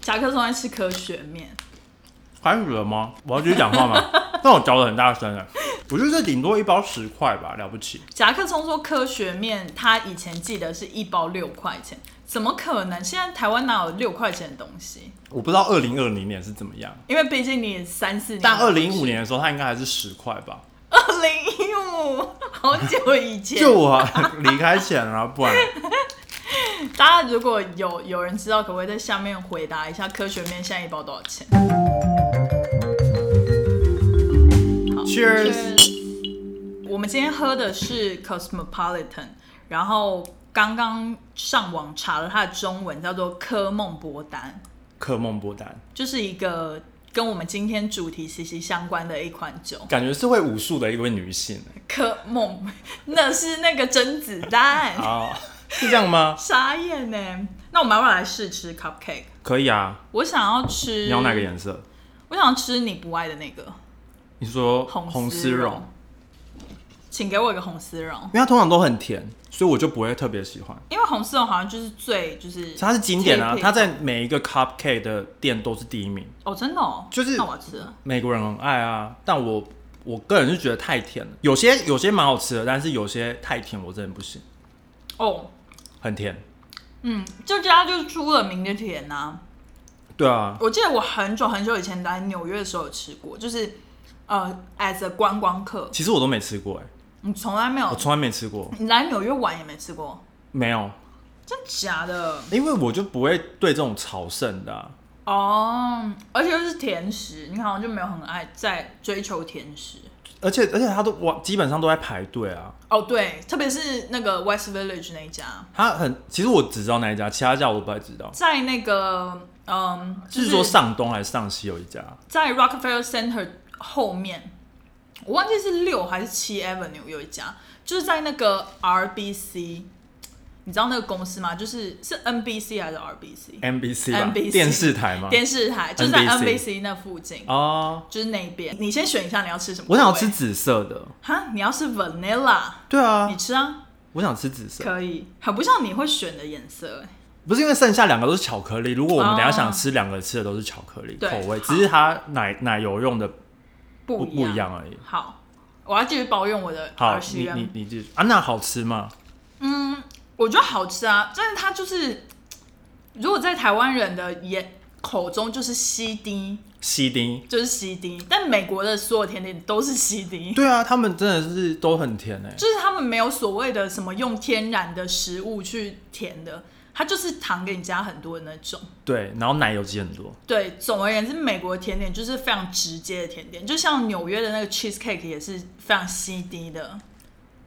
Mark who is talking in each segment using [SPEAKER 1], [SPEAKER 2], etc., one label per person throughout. [SPEAKER 1] 夹克松爱吃可雪面，
[SPEAKER 2] 开始了吗？我要继续讲 话吗？但我嚼的很大声哎，我觉得这顶多一包十块吧，了不起。
[SPEAKER 1] 夹克松说科学面他以前记得是一包六块钱，怎么可能？现在台湾哪有六块钱的东西？
[SPEAKER 2] 我不知道二零二零年是怎么样，
[SPEAKER 1] 因为毕竟你也三四年，
[SPEAKER 2] 但二零一五年的时候，它应该还是十块吧。
[SPEAKER 1] 二零一五，好久以前。
[SPEAKER 2] 就我离开前啊，不 然
[SPEAKER 1] 大家如果有有人知道，可不可以在下面回答一下科学面现在一包多少钱？好
[SPEAKER 2] Cheers
[SPEAKER 1] 我们今天喝的是 Cosmopolitan，然后刚刚上网查了它的中文，叫做科梦博丹，
[SPEAKER 2] 科梦波丹
[SPEAKER 1] 就是一个跟我们今天主题息息相关的一款酒。
[SPEAKER 2] 感觉是会武术的一位女性
[SPEAKER 1] 科梦， 那是那个甄子丹
[SPEAKER 2] 哎， 啊，是这样吗？
[SPEAKER 1] 傻眼呢。那我们要不要来试吃 cupcake？
[SPEAKER 2] 可以啊，
[SPEAKER 1] 我想要吃，
[SPEAKER 2] 你要哪个？颜色？
[SPEAKER 1] 我想吃你不爱的那个
[SPEAKER 2] 你说
[SPEAKER 1] 红
[SPEAKER 2] 丝绒，
[SPEAKER 1] 请给我一个红丝绒
[SPEAKER 2] 因，为它通常都很甜，所以我就不会特别喜欢。
[SPEAKER 1] 因为红丝绒好像就是最就是
[SPEAKER 2] 它是经典啊，
[SPEAKER 1] 最
[SPEAKER 2] 它在每一个 cupcake 的店都是第一名，
[SPEAKER 1] 哦真的哦，
[SPEAKER 2] 就是
[SPEAKER 1] 那我要吃了
[SPEAKER 2] 美国人很爱啊。但我我个人是觉得太甜了，有些有些蛮好吃的，但是有些太甜我真的不行，
[SPEAKER 1] 哦，
[SPEAKER 2] 很甜。
[SPEAKER 1] 嗯，这家就是出了名的甜呐、
[SPEAKER 2] 对啊，
[SPEAKER 1] 我记得我很久很久以前来纽约的时候有吃过，就是呃，as a 观光客，
[SPEAKER 2] 其实我都没吃过哎、
[SPEAKER 1] 你从来没有
[SPEAKER 2] 我，从来没吃过，
[SPEAKER 1] 你来纽约玩也没吃过，
[SPEAKER 2] 没有，
[SPEAKER 1] 真假的？
[SPEAKER 2] 因为我就不会对这种朝圣的啊、
[SPEAKER 1] 哦，而且又是甜食，你好像就没有很爱在追求甜食。
[SPEAKER 2] 而且而且他都我基本上都在排队啊。
[SPEAKER 1] 哦，对，特别是那个 West Village 那一家，
[SPEAKER 2] 他很，其实我只知道那一家，其他家我都不太知道。
[SPEAKER 1] 在那个嗯，就是
[SPEAKER 2] 说上东还是上西有一家？
[SPEAKER 1] 在 Rockefeller Center 后面，我忘记是六还是七 Avenue 有一家，就是在那个 RBC，你知道那个公司吗？就是是 NBC 还是 RBC？、
[SPEAKER 2] NBC 吧
[SPEAKER 1] NBC
[SPEAKER 2] 电视台吗？
[SPEAKER 1] 电视台就是在
[SPEAKER 2] NBC
[SPEAKER 1] NBC 那附近，
[SPEAKER 2] 哦，
[SPEAKER 1] 就是那边。你先选一下你要吃什么口
[SPEAKER 2] 我
[SPEAKER 1] 味？
[SPEAKER 2] 想要吃紫色的。
[SPEAKER 1] 哈，你要吃 vanilla，
[SPEAKER 2] 对啊
[SPEAKER 1] 你，吃啊。
[SPEAKER 2] 我想吃紫色，
[SPEAKER 1] 可以，很不像你会选的颜色欸。
[SPEAKER 2] 不是因为剩下两个都是巧克力。如果我们
[SPEAKER 1] 哦
[SPEAKER 2] 等一下想吃两个吃的都是巧克力
[SPEAKER 1] 对
[SPEAKER 2] 口味，
[SPEAKER 1] 好
[SPEAKER 2] 只是它奶奶油用的
[SPEAKER 1] 不
[SPEAKER 2] 不
[SPEAKER 1] 一样。
[SPEAKER 2] 不一样而已。
[SPEAKER 1] 好，我要继续抱怨我的
[SPEAKER 2] 好，你
[SPEAKER 1] RCM
[SPEAKER 2] 你你继续啊，那好吃吗？
[SPEAKER 1] 嗯，我觉得好吃啊，但是它就是，如果在台湾人的眼口中就是西丁，
[SPEAKER 2] 西丁。
[SPEAKER 1] 就是西丁，但美国的所有甜点都是西丁。
[SPEAKER 2] 对啊，他们真的是都很甜哎、
[SPEAKER 1] 就是他们没有所谓的什么用天然的食物去甜的，它就是糖给你加很多的那种。
[SPEAKER 2] 对，然后奶油挤很多。
[SPEAKER 1] 对，总而言之，美国的甜点就是非常直接的甜点，就像纽约的那个 cheesecake 也是非常西滴的。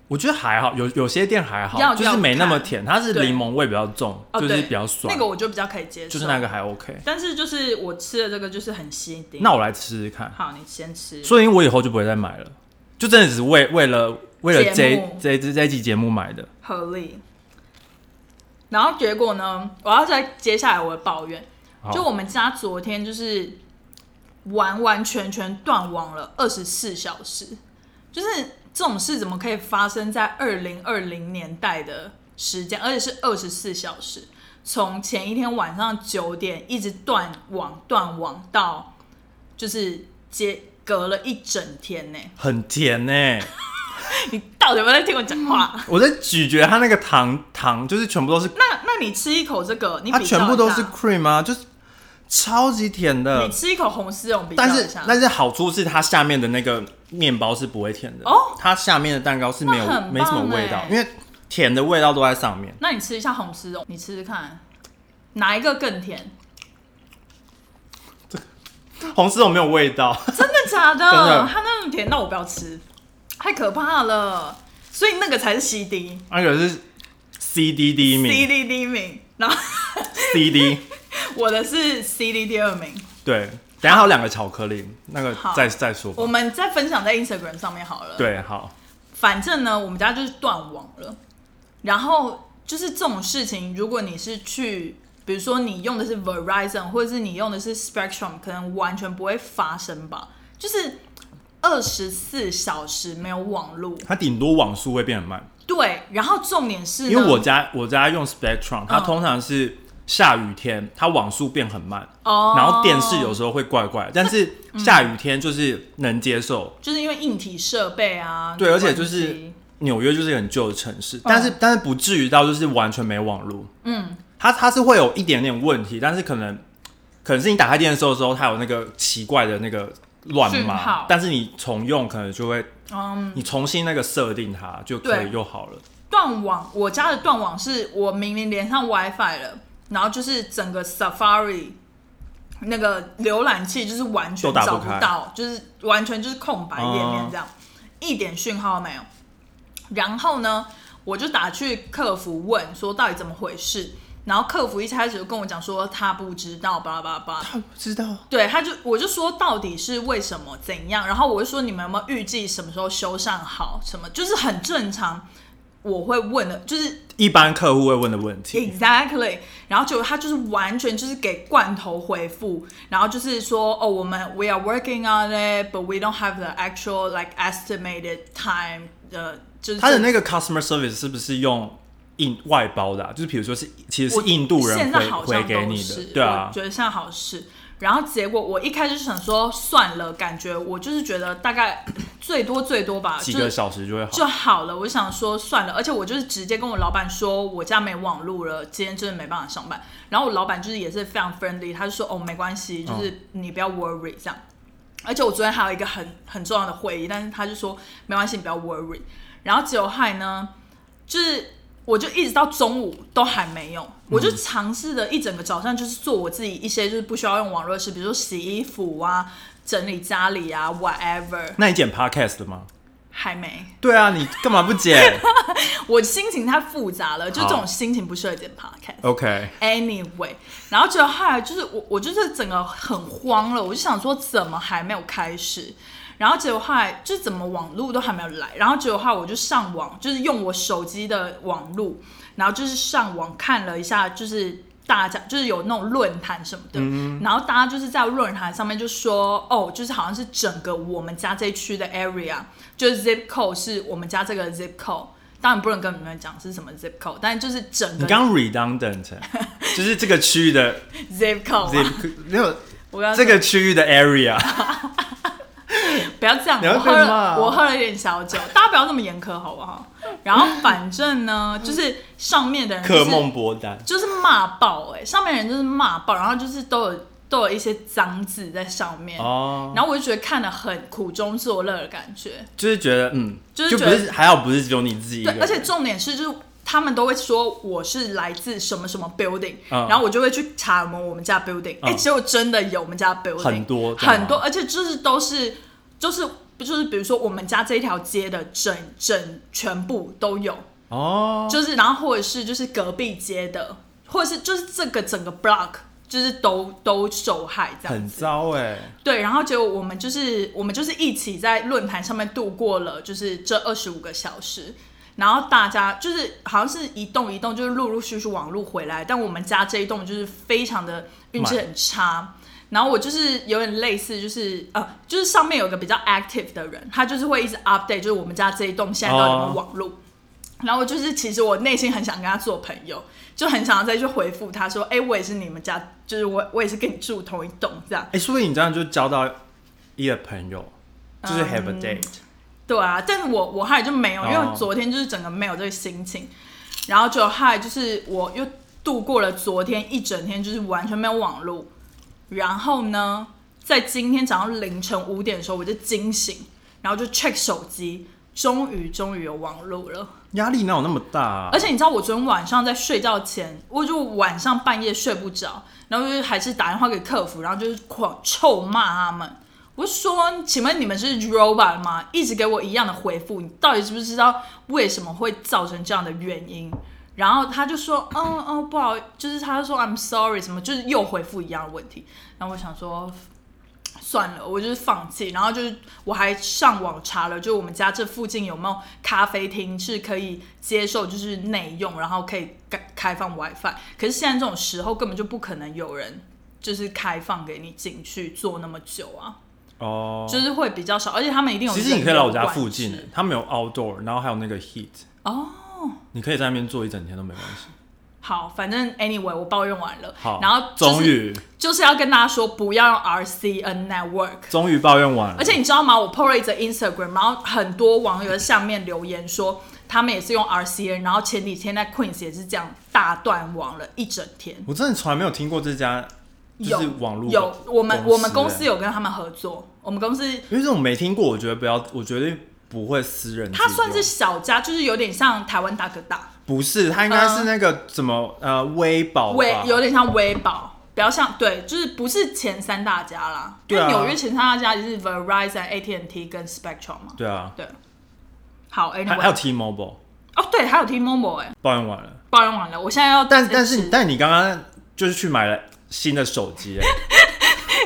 [SPEAKER 2] 我觉得还好，有有些店还好，
[SPEAKER 1] 要
[SPEAKER 2] 就是没那么甜，它是
[SPEAKER 1] 对
[SPEAKER 2] 柠檬味比较重，
[SPEAKER 1] 哦，
[SPEAKER 2] 就是
[SPEAKER 1] 对，
[SPEAKER 2] 比较酸，
[SPEAKER 1] 那个我就比较可以接受。
[SPEAKER 2] 就是那个还 OK。
[SPEAKER 1] 但是就是我吃的这个就是很西滴。
[SPEAKER 2] 那我来吃吃看，
[SPEAKER 1] 好，你先吃。
[SPEAKER 2] 所以我以后就不会再买了，就真的只是为为了为了
[SPEAKER 1] 节
[SPEAKER 2] 这
[SPEAKER 1] 目
[SPEAKER 2] 这这这一集节目买的。
[SPEAKER 1] 合理。然后结果呢？我要再接下来我的抱怨，
[SPEAKER 2] 好
[SPEAKER 1] 就我们家昨天就是完完全全断网了二十四小时，就是这种事怎么可以发生在二零二零年代的时间，而且是二十四小时，从前一天晚上九点一直断网断网到就是接隔了一整天呢、
[SPEAKER 2] 很甜欸呢、
[SPEAKER 1] 你到底有没有在听我讲话？
[SPEAKER 2] 我在咀嚼它那个糖糖，就是全部都是，
[SPEAKER 1] 那那你吃一口这个，你
[SPEAKER 2] 它
[SPEAKER 1] 比较
[SPEAKER 2] 全部
[SPEAKER 1] 一
[SPEAKER 2] 都
[SPEAKER 1] 下
[SPEAKER 2] 是 cream 啊，就是超级甜的
[SPEAKER 1] 你。吃一口红丝绒比较
[SPEAKER 2] 嗯但
[SPEAKER 1] 一
[SPEAKER 2] 是
[SPEAKER 1] 下，
[SPEAKER 2] 但是好处是它下面的那个面包是不会甜的
[SPEAKER 1] 哦
[SPEAKER 2] 它下面的蛋糕是没有
[SPEAKER 1] 那很
[SPEAKER 2] 没什么
[SPEAKER 1] 棒
[SPEAKER 2] 味道
[SPEAKER 1] 欸，
[SPEAKER 2] 因为甜的味道都在上面。
[SPEAKER 1] 那你吃一下红丝绒，你吃吃看，哪一个更 甜？
[SPEAKER 2] 红丝绒没有味 道，
[SPEAKER 1] 真的假的？
[SPEAKER 2] 真的
[SPEAKER 1] 它那种甜，那我不要吃，太可怕了。所以那个才是 CD
[SPEAKER 2] 那个是 CD 第一
[SPEAKER 1] CD
[SPEAKER 2] 名
[SPEAKER 1] 第一名，然后
[SPEAKER 2] ，CD
[SPEAKER 1] 我的是 CD 第二名。
[SPEAKER 2] 对，等一下还有两个巧克力，那个
[SPEAKER 1] 好
[SPEAKER 2] 再再说吧
[SPEAKER 1] 我。们再分享在 Instagram 上面好了。
[SPEAKER 2] 对，好，
[SPEAKER 1] 反正呢，我们家就是断网了。然后就是这种事情，如果你是去，比如说你用的是 Verizon，或者是你用的是 Spectrum，可能完全不会发生吧。就是二十四小时没有网路，
[SPEAKER 2] 它顶多网速会变很慢，
[SPEAKER 1] 对。然后重点是呢，
[SPEAKER 2] 因为我家我家用 Spectrum，它
[SPEAKER 1] 嗯
[SPEAKER 2] 通常是下雨天它网速变很慢，
[SPEAKER 1] 哦，嗯
[SPEAKER 2] 然后电视有时候会怪怪，但是下雨天就是能接受。
[SPEAKER 1] 就是因为硬体设备啊，
[SPEAKER 2] 对
[SPEAKER 1] 的
[SPEAKER 2] 而且
[SPEAKER 1] 关
[SPEAKER 2] 就是
[SPEAKER 1] 系
[SPEAKER 2] 纽约就是一个很旧的城市，但是、但是不至于到就是完全没网络，
[SPEAKER 1] 哦嗯，
[SPEAKER 2] 它它是会有一点点问题，但是可能可能是你打开电视的时候，它有那个奇怪的那个乱
[SPEAKER 1] 讯
[SPEAKER 2] 码
[SPEAKER 1] 号，
[SPEAKER 2] 但是你重用可能就会，
[SPEAKER 1] 嗯，
[SPEAKER 2] 你重新那个设定它就可以
[SPEAKER 1] 对
[SPEAKER 2] 就好了。
[SPEAKER 1] 断网，我家的断网是我明明连上 WiFi 了，然后就是整个 Safari 那个浏览器就是完全
[SPEAKER 2] 都打不
[SPEAKER 1] 找不
[SPEAKER 2] 开
[SPEAKER 1] 到，就是完全就是空白页面这样，一点讯号没有。然后呢，我就打去客服问说到底怎么回事，然后客服一开始就跟我讲说他不知道，巴拉巴拉巴拉。
[SPEAKER 2] 他不知道，
[SPEAKER 1] 对，他就我就说到底是为什么怎样，然后我就说你们有没有预计什么时候修缮好，什么就是很正常，我会问的，就是
[SPEAKER 2] 一般客户会问的问题，
[SPEAKER 1] exactly，然后结果他就是完全就是给罐头回复，然后就是说哦，我们 we are working on it，but we don't have the actual like estimated time 的，就是
[SPEAKER 2] 他的那个 customer service 是不是用印外包的啊、就是比如说是其实是印度人
[SPEAKER 1] 现在
[SPEAKER 2] 回
[SPEAKER 1] 好
[SPEAKER 2] 回
[SPEAKER 1] 像
[SPEAKER 2] 给
[SPEAKER 1] 都
[SPEAKER 2] 你
[SPEAKER 1] 是，
[SPEAKER 2] 的，对啊
[SPEAKER 1] 我，觉得现在好像是。然后结果我一开始想说算了，感觉我就是觉得大概最多最多吧，
[SPEAKER 2] 几
[SPEAKER 1] 啊就
[SPEAKER 2] 个
[SPEAKER 1] 是
[SPEAKER 2] 小时就会好。
[SPEAKER 1] 就好了。我想说算了，而且我就是直接跟我老板说我家没网路了，今天真的没办法上班。然后我老板就是也是非常 friendly，他就说哦没关系，就是你不要 worry 这样。而且我昨天还有一个很很重要的会议，但是他就说没关系，你不要 worry。然后结果害呢，就是我就一直到中午都还没有，我就尝试了一整个早上，就是做我自己一些就是不需要用网络的事，比如说洗衣服啊、整理家里啊，whatever，
[SPEAKER 2] 那你剪 podcast 的吗？
[SPEAKER 1] 还没。
[SPEAKER 2] 对啊，你干嘛不 剪
[SPEAKER 1] 我心情太复杂了，就
[SPEAKER 2] 好
[SPEAKER 1] 这种心情不适合剪 podcast。
[SPEAKER 2] ？OK，
[SPEAKER 1] Anyway，然后就后来就是我，我就是整个很慌了，我就想说怎么还没有开始，然后结果后来就是怎么网路都还没有来，然后结果后来我就上网，就是用我手机的网路，然后就是上网看了一下，就是大家就是有那种论坛什么的，
[SPEAKER 2] 嗯
[SPEAKER 1] 然后大家就是在论坛上面就说，哦，就是好像是整个我们家这一区的 area，就是 zip code 是我们家这个 zip code。当然不能跟你们讲是什么 zip code，但就是整
[SPEAKER 2] 你
[SPEAKER 1] 个
[SPEAKER 2] 刚 redundant，就是 欸这个区域的
[SPEAKER 1] zip code 嘛
[SPEAKER 2] zip，没有
[SPEAKER 1] 我刚
[SPEAKER 2] 这个区域的 area，
[SPEAKER 1] 不要这样，
[SPEAKER 2] 你要
[SPEAKER 1] 我喝
[SPEAKER 2] 被骂
[SPEAKER 1] 了我喝了一点小酒，大家不要那么严苛好不好？ 然后反正呢，就是上面的人、 就是、
[SPEAKER 2] 克梦波丹。
[SPEAKER 1] 就是骂爆哎、欸，上面人就是骂爆，然后就是都有都有一些脏字在上面，
[SPEAKER 2] 哦，
[SPEAKER 1] 然后我就觉得看得很苦中作乐的感觉。
[SPEAKER 2] 就是觉得，嗯，
[SPEAKER 1] 就是
[SPEAKER 2] 就
[SPEAKER 1] 觉
[SPEAKER 2] 不
[SPEAKER 1] 得
[SPEAKER 2] 是还好，不是只有你自己一个
[SPEAKER 1] 对，
[SPEAKER 2] 人，
[SPEAKER 1] 而且重点是就是。他们都会说我是来自什么什么 building，、
[SPEAKER 2] 嗯
[SPEAKER 1] 然后我就会去查我们我们家 building，哎、
[SPEAKER 2] 嗯
[SPEAKER 1] 结果真的有我们家 building
[SPEAKER 2] 很多啊这样吗
[SPEAKER 1] 很多，而且就是都是就是就是比如说我们家这一条街的整整全部都有，
[SPEAKER 2] 哦，
[SPEAKER 1] 就是然后或者是就是隔壁街的，或者是就是这个整个 block 就是都都受害这样
[SPEAKER 2] 很
[SPEAKER 1] 子，
[SPEAKER 2] 糟哎，
[SPEAKER 1] 对，然后结果我们就是我们就是一起在论坛上面度过了，就是这二十五个小时。然后大家就是好像是一栋一栋，就是陆陆续续网路回来，但我们家这一栋就是非常的运气很差。然后我就是有点类似，就是呃，就是上面有个比较 active 的人，他就是会一直 update，就是我们家这一栋现在到底有没有
[SPEAKER 2] 哦
[SPEAKER 1] 网路。然后我就是其实我内心很想跟他做朋友，就很想要再去回复他说，哎、我也是你们家，就是我我也是跟你住同一栋这样。
[SPEAKER 2] 哎，说不定你这样就交到一个朋友，就是
[SPEAKER 1] 嗯
[SPEAKER 2] have a date，
[SPEAKER 1] 对啊，但是我我后来就没有，因
[SPEAKER 2] 哦
[SPEAKER 1] 为昨天就是整个没有这个心情，然后就后来就是我又度过了昨天一整天，就是完全没有网络。然后呢，在今天早上凌晨五点的时候，我就惊醒，然后就 check 手机，终于终于有网络了。
[SPEAKER 2] 压力哪有那么大啊
[SPEAKER 1] 而？且你知道，我昨天晚上在睡觉前，我就晚上半夜睡不着，然后就是还是打电话给客服，然后就是狂臭骂他们。我就说，请问你们是 robot 吗？一直给我一样的回复，你到底知不知道为什么会造成这样的原因？然后他就说，嗯嗯，不好，就是他说 I'm sorry 什么，就是又回复一样的问题。然后我想说，算了，我就是放弃。然后就是我还上网查了，就我们家这附近有没有咖啡厅是可以接受就是内用，然后可以开开放 WiFi。可是现在这种时候根本就不可能有人就是开放给你进去坐那么久啊，
[SPEAKER 2] 哦，
[SPEAKER 1] 就是会比较少，而且他们一定有
[SPEAKER 2] 其
[SPEAKER 1] 人流管制。
[SPEAKER 2] 实你可以来我家附近欸，他们有 outdoor，然后还有那个 heat，
[SPEAKER 1] 哦，
[SPEAKER 2] 你可以在那边坐一整天都没关系。
[SPEAKER 1] 好，反正 anyway 我抱怨完了，
[SPEAKER 2] 好，
[SPEAKER 1] 然后、就是、
[SPEAKER 2] 终于
[SPEAKER 1] 就是要跟大家说不要用 RCN Network。
[SPEAKER 2] 终于抱怨完了，
[SPEAKER 1] 而且你知道吗？我 PO 了一则 Instagram，然后很多网友在下面留言说，他们也是用 RCN，然后前几天在 Queens 也是这样大断网了一整天。
[SPEAKER 2] 我真的从来没有听过这家就是网络
[SPEAKER 1] 有我们我们公
[SPEAKER 2] 欸
[SPEAKER 1] 司有跟他们合作，我们公司
[SPEAKER 2] 因为这种没听过，我觉得不要，我绝对不会私人自用。
[SPEAKER 1] 它算是小家，就是有点像台湾大哥大，
[SPEAKER 2] 不是？他应该是那个什么、呃微保
[SPEAKER 1] 嗯
[SPEAKER 2] 吧
[SPEAKER 1] 微有点像微宝，比较像对，就是不是前三大家啦，
[SPEAKER 2] 对啊
[SPEAKER 1] 因为纽约前三大家就是 Verizon、AT&T 跟 Spectrum 嘛，
[SPEAKER 2] 对啊，
[SPEAKER 1] 对。好
[SPEAKER 2] 还还有
[SPEAKER 1] ，Anyway，
[SPEAKER 2] T Mobile
[SPEAKER 1] 哦，对，还有 T-Mobile 哎、
[SPEAKER 2] 抱怨完了，
[SPEAKER 1] 抱怨完了，我现在要，
[SPEAKER 2] 但但是但你刚刚就是去买了新的手机、欸，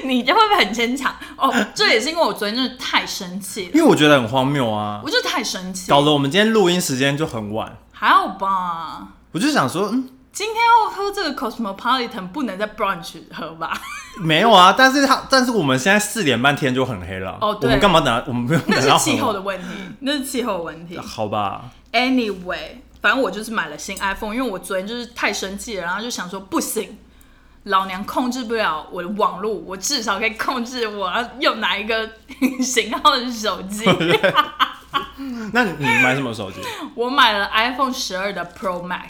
[SPEAKER 1] 你这会不会很牵强？哦，这也是因为我昨天真的太生气了，
[SPEAKER 2] 因为我觉得很荒谬啊，
[SPEAKER 1] 我就太生气，
[SPEAKER 2] 搞得我们今天录音时间就很晚。
[SPEAKER 1] 还好吧？
[SPEAKER 2] 我就想说，嗯，
[SPEAKER 1] 今天要喝这个 Cosmopolitan 不能在 brunch 喝吧？
[SPEAKER 2] 没有啊，但是他，但是我们现在四点半天就很黑了。
[SPEAKER 1] 哦对
[SPEAKER 2] 我们干嘛等到？我们不用
[SPEAKER 1] 那
[SPEAKER 2] 等到
[SPEAKER 1] 是
[SPEAKER 2] 很
[SPEAKER 1] 气候
[SPEAKER 2] 晚。
[SPEAKER 1] 的问题，那是气候的问题。
[SPEAKER 2] 好吧，
[SPEAKER 1] Anyway，反正我就是买了新 iPhone，因为我昨天就是太生气了，然后就想说不行，老娘控制不了我的网络，我至少可以控制我要用哪一个 型号的手 机。
[SPEAKER 2] 那你买什么手机？
[SPEAKER 1] 我买了 iPhone 十二的 Pro Max，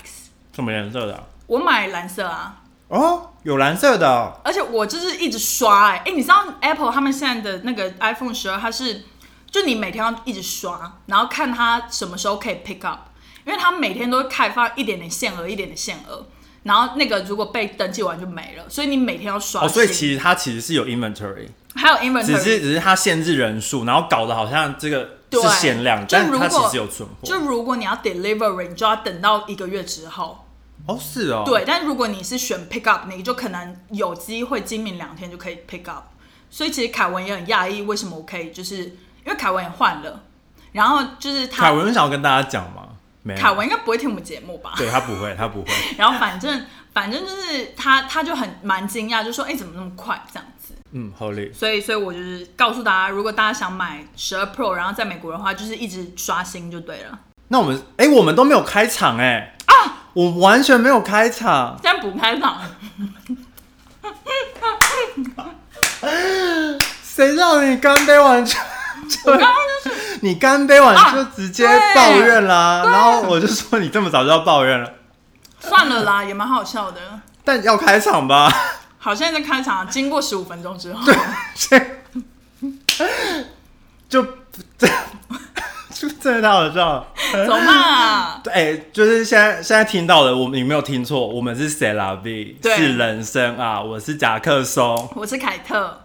[SPEAKER 2] 什么颜色的啊、
[SPEAKER 1] 我买蓝色啊。
[SPEAKER 2] 哦，有蓝色的哦、
[SPEAKER 1] 而且我就是一直刷哎、欸、欸你知道 Apple 他们现在的那个 iPhone 十二，它是就你每天要一直刷，然后看它什么时候可以 pick up，因为它每天都会开放一点点限额，一点点限额，然后那个如果被登记完就没了，所以你每天要刷
[SPEAKER 2] 哦，
[SPEAKER 1] 新。
[SPEAKER 2] 所以其实它其实是有 inventory，
[SPEAKER 1] 还有
[SPEAKER 2] 只
[SPEAKER 1] inventory，
[SPEAKER 2] 是只是它限制人数，然后搞得好像这个
[SPEAKER 1] 对
[SPEAKER 2] 是限量，
[SPEAKER 1] 就
[SPEAKER 2] 但
[SPEAKER 1] 如
[SPEAKER 2] 它其
[SPEAKER 1] 果
[SPEAKER 2] 实有存
[SPEAKER 1] 就
[SPEAKER 2] 货。
[SPEAKER 1] 如果你要 delivery，你就要等到一个月之后。
[SPEAKER 2] 哦，是哦，
[SPEAKER 1] 对，，但如果你是选 pick up，你就可能有机会今明两天就可以 pick up。所以其实凯文也很讶异，为什么我可以，就是因为凯文也换了，然后就是他
[SPEAKER 2] 凯文想要跟大家讲吗？没有，
[SPEAKER 1] 凯文应该不会听我们节目吧？
[SPEAKER 2] 对他不会，他不会。
[SPEAKER 1] 然后反正反正就是他他就很蛮惊讶，就说哎、诶怎么那么快这样子？
[SPEAKER 2] 嗯，合理。
[SPEAKER 1] 所以所以我就是告诉大家，如果大家想买十二 Pro，然后在美国的话，就是一直刷新就对了。
[SPEAKER 2] 那我们哎、我们都没有开场哎、啊，我完全没有开场。
[SPEAKER 1] 现在补开场，
[SPEAKER 2] 谁让你干杯完就 就
[SPEAKER 1] 我刚刚就是
[SPEAKER 2] 你干杯完
[SPEAKER 1] 啊
[SPEAKER 2] 就直接抱怨啦、
[SPEAKER 1] 对
[SPEAKER 2] 然后我就说你这么早就要抱怨了，
[SPEAKER 1] 算了啦，也蛮好笑的。
[SPEAKER 2] 但要开场吧？
[SPEAKER 1] 好，现在在开场，经过十五分钟之后，
[SPEAKER 2] 这 就这就真的太好笑了。
[SPEAKER 1] 怎么办啊？
[SPEAKER 2] 对，哎就是现在现在听到的，我们你没有听错，我们是 s e l a B，
[SPEAKER 1] 对
[SPEAKER 2] 是人生啊，我是夹克松，
[SPEAKER 1] 我是凯特，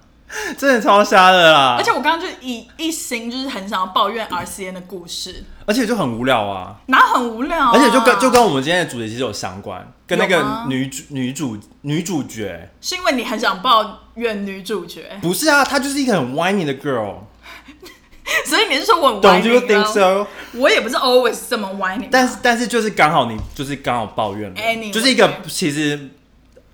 [SPEAKER 2] 真的超瞎的啦，
[SPEAKER 1] 而且我刚刚就一一心就是很想要抱怨 RCN 的故事，
[SPEAKER 2] 而且就很无聊啊，
[SPEAKER 1] 哪很无聊啊、
[SPEAKER 2] 而且就跟就跟我们今天的主题其实有相关，跟那
[SPEAKER 1] 有
[SPEAKER 2] 个
[SPEAKER 1] 吗
[SPEAKER 2] 女主女主女主角
[SPEAKER 1] 是因为你很想抱怨女主角，
[SPEAKER 2] 不是啊，她就是一个很 whiny 的 girl，
[SPEAKER 1] 所以你是说我很
[SPEAKER 2] Don't you
[SPEAKER 1] whining
[SPEAKER 2] think
[SPEAKER 1] 吗
[SPEAKER 2] so？
[SPEAKER 1] 我也不是 always 这么 whining，
[SPEAKER 2] 但是但是就是刚好你就是刚好抱怨了
[SPEAKER 1] Anyway
[SPEAKER 2] 就是一个其实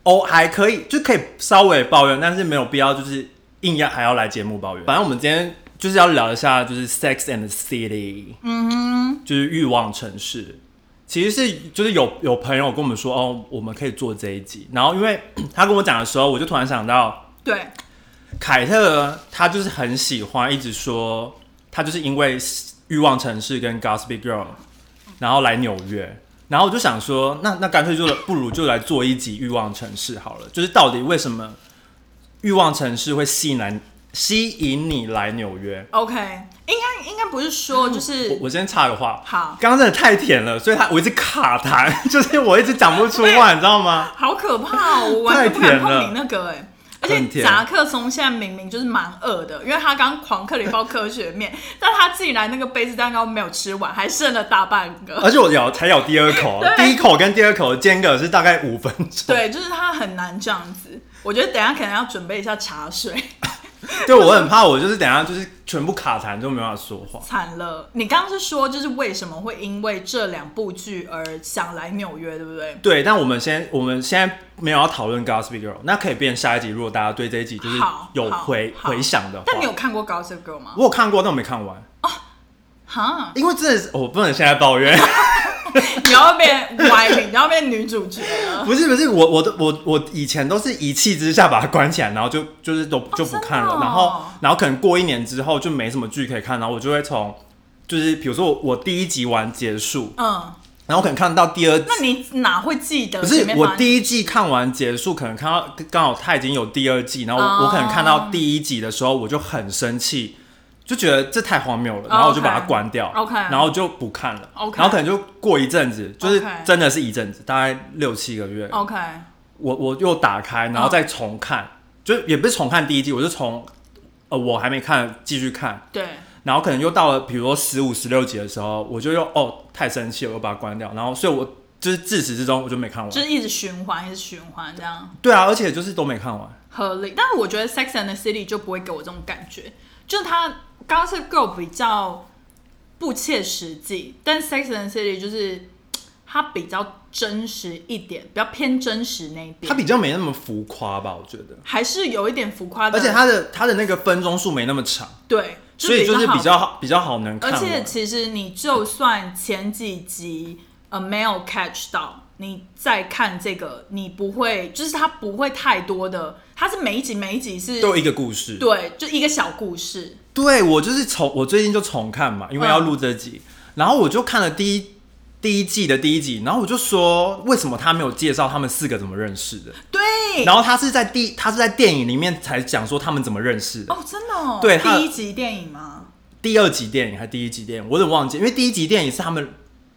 [SPEAKER 2] 哦还可以，就可以稍微抱怨，但是没有必要就是硬要还要来节目抱怨。反正我们今天就是要聊一下就是 Sex and the City，嗯哼，就是欲望城市。其实是就是有有朋友跟我们说哦，我们可以做这一集，然后因为 他跟我讲的时候，我就突然想到。
[SPEAKER 1] 对，
[SPEAKER 2] 凯特她就是很喜欢一直说，她就是因为《欲望城市》跟《Gossip Girl》，然后来纽约。然后我就想说，那那干脆就不如就来做一集《欲望城市》好了，就是到底为什么《欲望城市》会吸引来吸引你来纽约？
[SPEAKER 1] ，OK，应该应该不是说就
[SPEAKER 2] 嗯我
[SPEAKER 1] 是
[SPEAKER 2] 我先插个话，
[SPEAKER 1] 好
[SPEAKER 2] 刚刚真的太甜了，所以他我一直卡痰， 就是我一直讲不出话，你知道吗？
[SPEAKER 1] 好可怕、哦，我完全不
[SPEAKER 2] 太
[SPEAKER 1] 敢
[SPEAKER 2] 甜了
[SPEAKER 1] 碰你那个哎、而
[SPEAKER 2] 很
[SPEAKER 1] 且
[SPEAKER 2] 甜
[SPEAKER 1] 扎克松现在明明就是蛮饿的，因为他刚狂嗑了一包科学面，但他自己来那个杯子蛋糕没有吃完，还剩了大半个。
[SPEAKER 2] 而且我咬才咬第二口，啊
[SPEAKER 1] 对
[SPEAKER 2] 第一口跟第二口的间隔是大概五分钟。
[SPEAKER 1] 对，就是他很难这样子。我觉得等一下可能要准备一下茶水，
[SPEAKER 2] 对，我很怕，我就是等一下就是全部卡痰，就没办法说话。
[SPEAKER 1] 惨了。你刚刚是说就是为什么会因为这两部剧而想来纽约，对不对？
[SPEAKER 2] 对，但我们先我们现在没有要讨论《Gossip Girl》，那可以变下一集。如果大家对这一集就是
[SPEAKER 1] 好
[SPEAKER 2] 有
[SPEAKER 1] 好
[SPEAKER 2] 回
[SPEAKER 1] 好
[SPEAKER 2] 回想的话，
[SPEAKER 1] 但你有看过《Gossip Girl》吗？
[SPEAKER 2] 我有看过，但我没看完，
[SPEAKER 1] 哈，
[SPEAKER 2] 因为真的是我不能现在抱怨，
[SPEAKER 1] 你要 变歪你要变女主角了。
[SPEAKER 2] 不是不是，我我都我我以前都是一气之下把它关起来，然后就就是都就不看了，
[SPEAKER 1] 真的哦
[SPEAKER 2] 然后然后可能过一年之后就没什么剧可以看，然后我就会从就是比如说我我第一集完结束，
[SPEAKER 1] 嗯，
[SPEAKER 2] 然后可能看到第二集
[SPEAKER 1] 那你哪会记得
[SPEAKER 2] 不
[SPEAKER 1] 前
[SPEAKER 2] 是
[SPEAKER 1] 面
[SPEAKER 2] 我
[SPEAKER 1] 发生？
[SPEAKER 2] 第一季看完结束，可能看到刚好他已经有第二季，然后我、
[SPEAKER 1] 哦
[SPEAKER 2] 我可能看到第一集的时候，我就很生气，就觉得这太荒谬了，然后我就把它关掉
[SPEAKER 1] OK
[SPEAKER 2] 然后就不看了
[SPEAKER 1] OK
[SPEAKER 2] 然后可能就过一阵子，就是
[SPEAKER 1] OK 哦
[SPEAKER 2] 真的是一阵子，大概六七个月
[SPEAKER 1] OK，
[SPEAKER 2] 我我又打开，
[SPEAKER 1] 哦
[SPEAKER 2] 然后再重看就也不是重看第一季，我就从呃我还没看继续看，
[SPEAKER 1] 对，
[SPEAKER 2] 然后可能又到了比如说十五十六集的时候，我就又哦太生气了，我又把它关掉，然后所以我就是自始至终我就没看完。
[SPEAKER 1] 就是一直循环，一直循环这样
[SPEAKER 2] 对啊，而且就是都没看完。
[SPEAKER 1] 合理。但是我觉得《Sex and the City》就不会给我这种感觉，就是它《Gossip Girl》比较不切实际，但《Sex and the City》就是它比较真实一点，比较偏真实那一
[SPEAKER 2] 它
[SPEAKER 1] 边，
[SPEAKER 2] 比较没那么浮夸吧，我觉得，
[SPEAKER 1] 还是有一点浮夸的，
[SPEAKER 2] 而且它的它的那个分钟数没那么长，
[SPEAKER 1] 对，
[SPEAKER 2] 所以就是
[SPEAKER 1] 好
[SPEAKER 2] 比较好比较好能看
[SPEAKER 1] 而
[SPEAKER 2] 完。
[SPEAKER 1] 且其实你就算前几集呃没有 catch 到，你再看这个，你不会就是它不会太多的，它是每一集每一集是
[SPEAKER 2] 都有一个故事。
[SPEAKER 1] 对，就一个小故事。
[SPEAKER 2] 对我就是重，我最近就重看嘛，因为要录这集，
[SPEAKER 1] 嗯
[SPEAKER 2] 然后我就看了第一第一季的第一集，然后我就说为什么他没有介绍他们四个怎么认识的？
[SPEAKER 1] 对，
[SPEAKER 2] 然后他是在第他是在电影里面才讲说他们怎么认识的。
[SPEAKER 1] 哦，真的哦，
[SPEAKER 2] 对它
[SPEAKER 1] 第一集电影吗？
[SPEAKER 2] 第二集电影还是第一集电影，我有点忘记，因为第一集电影是他们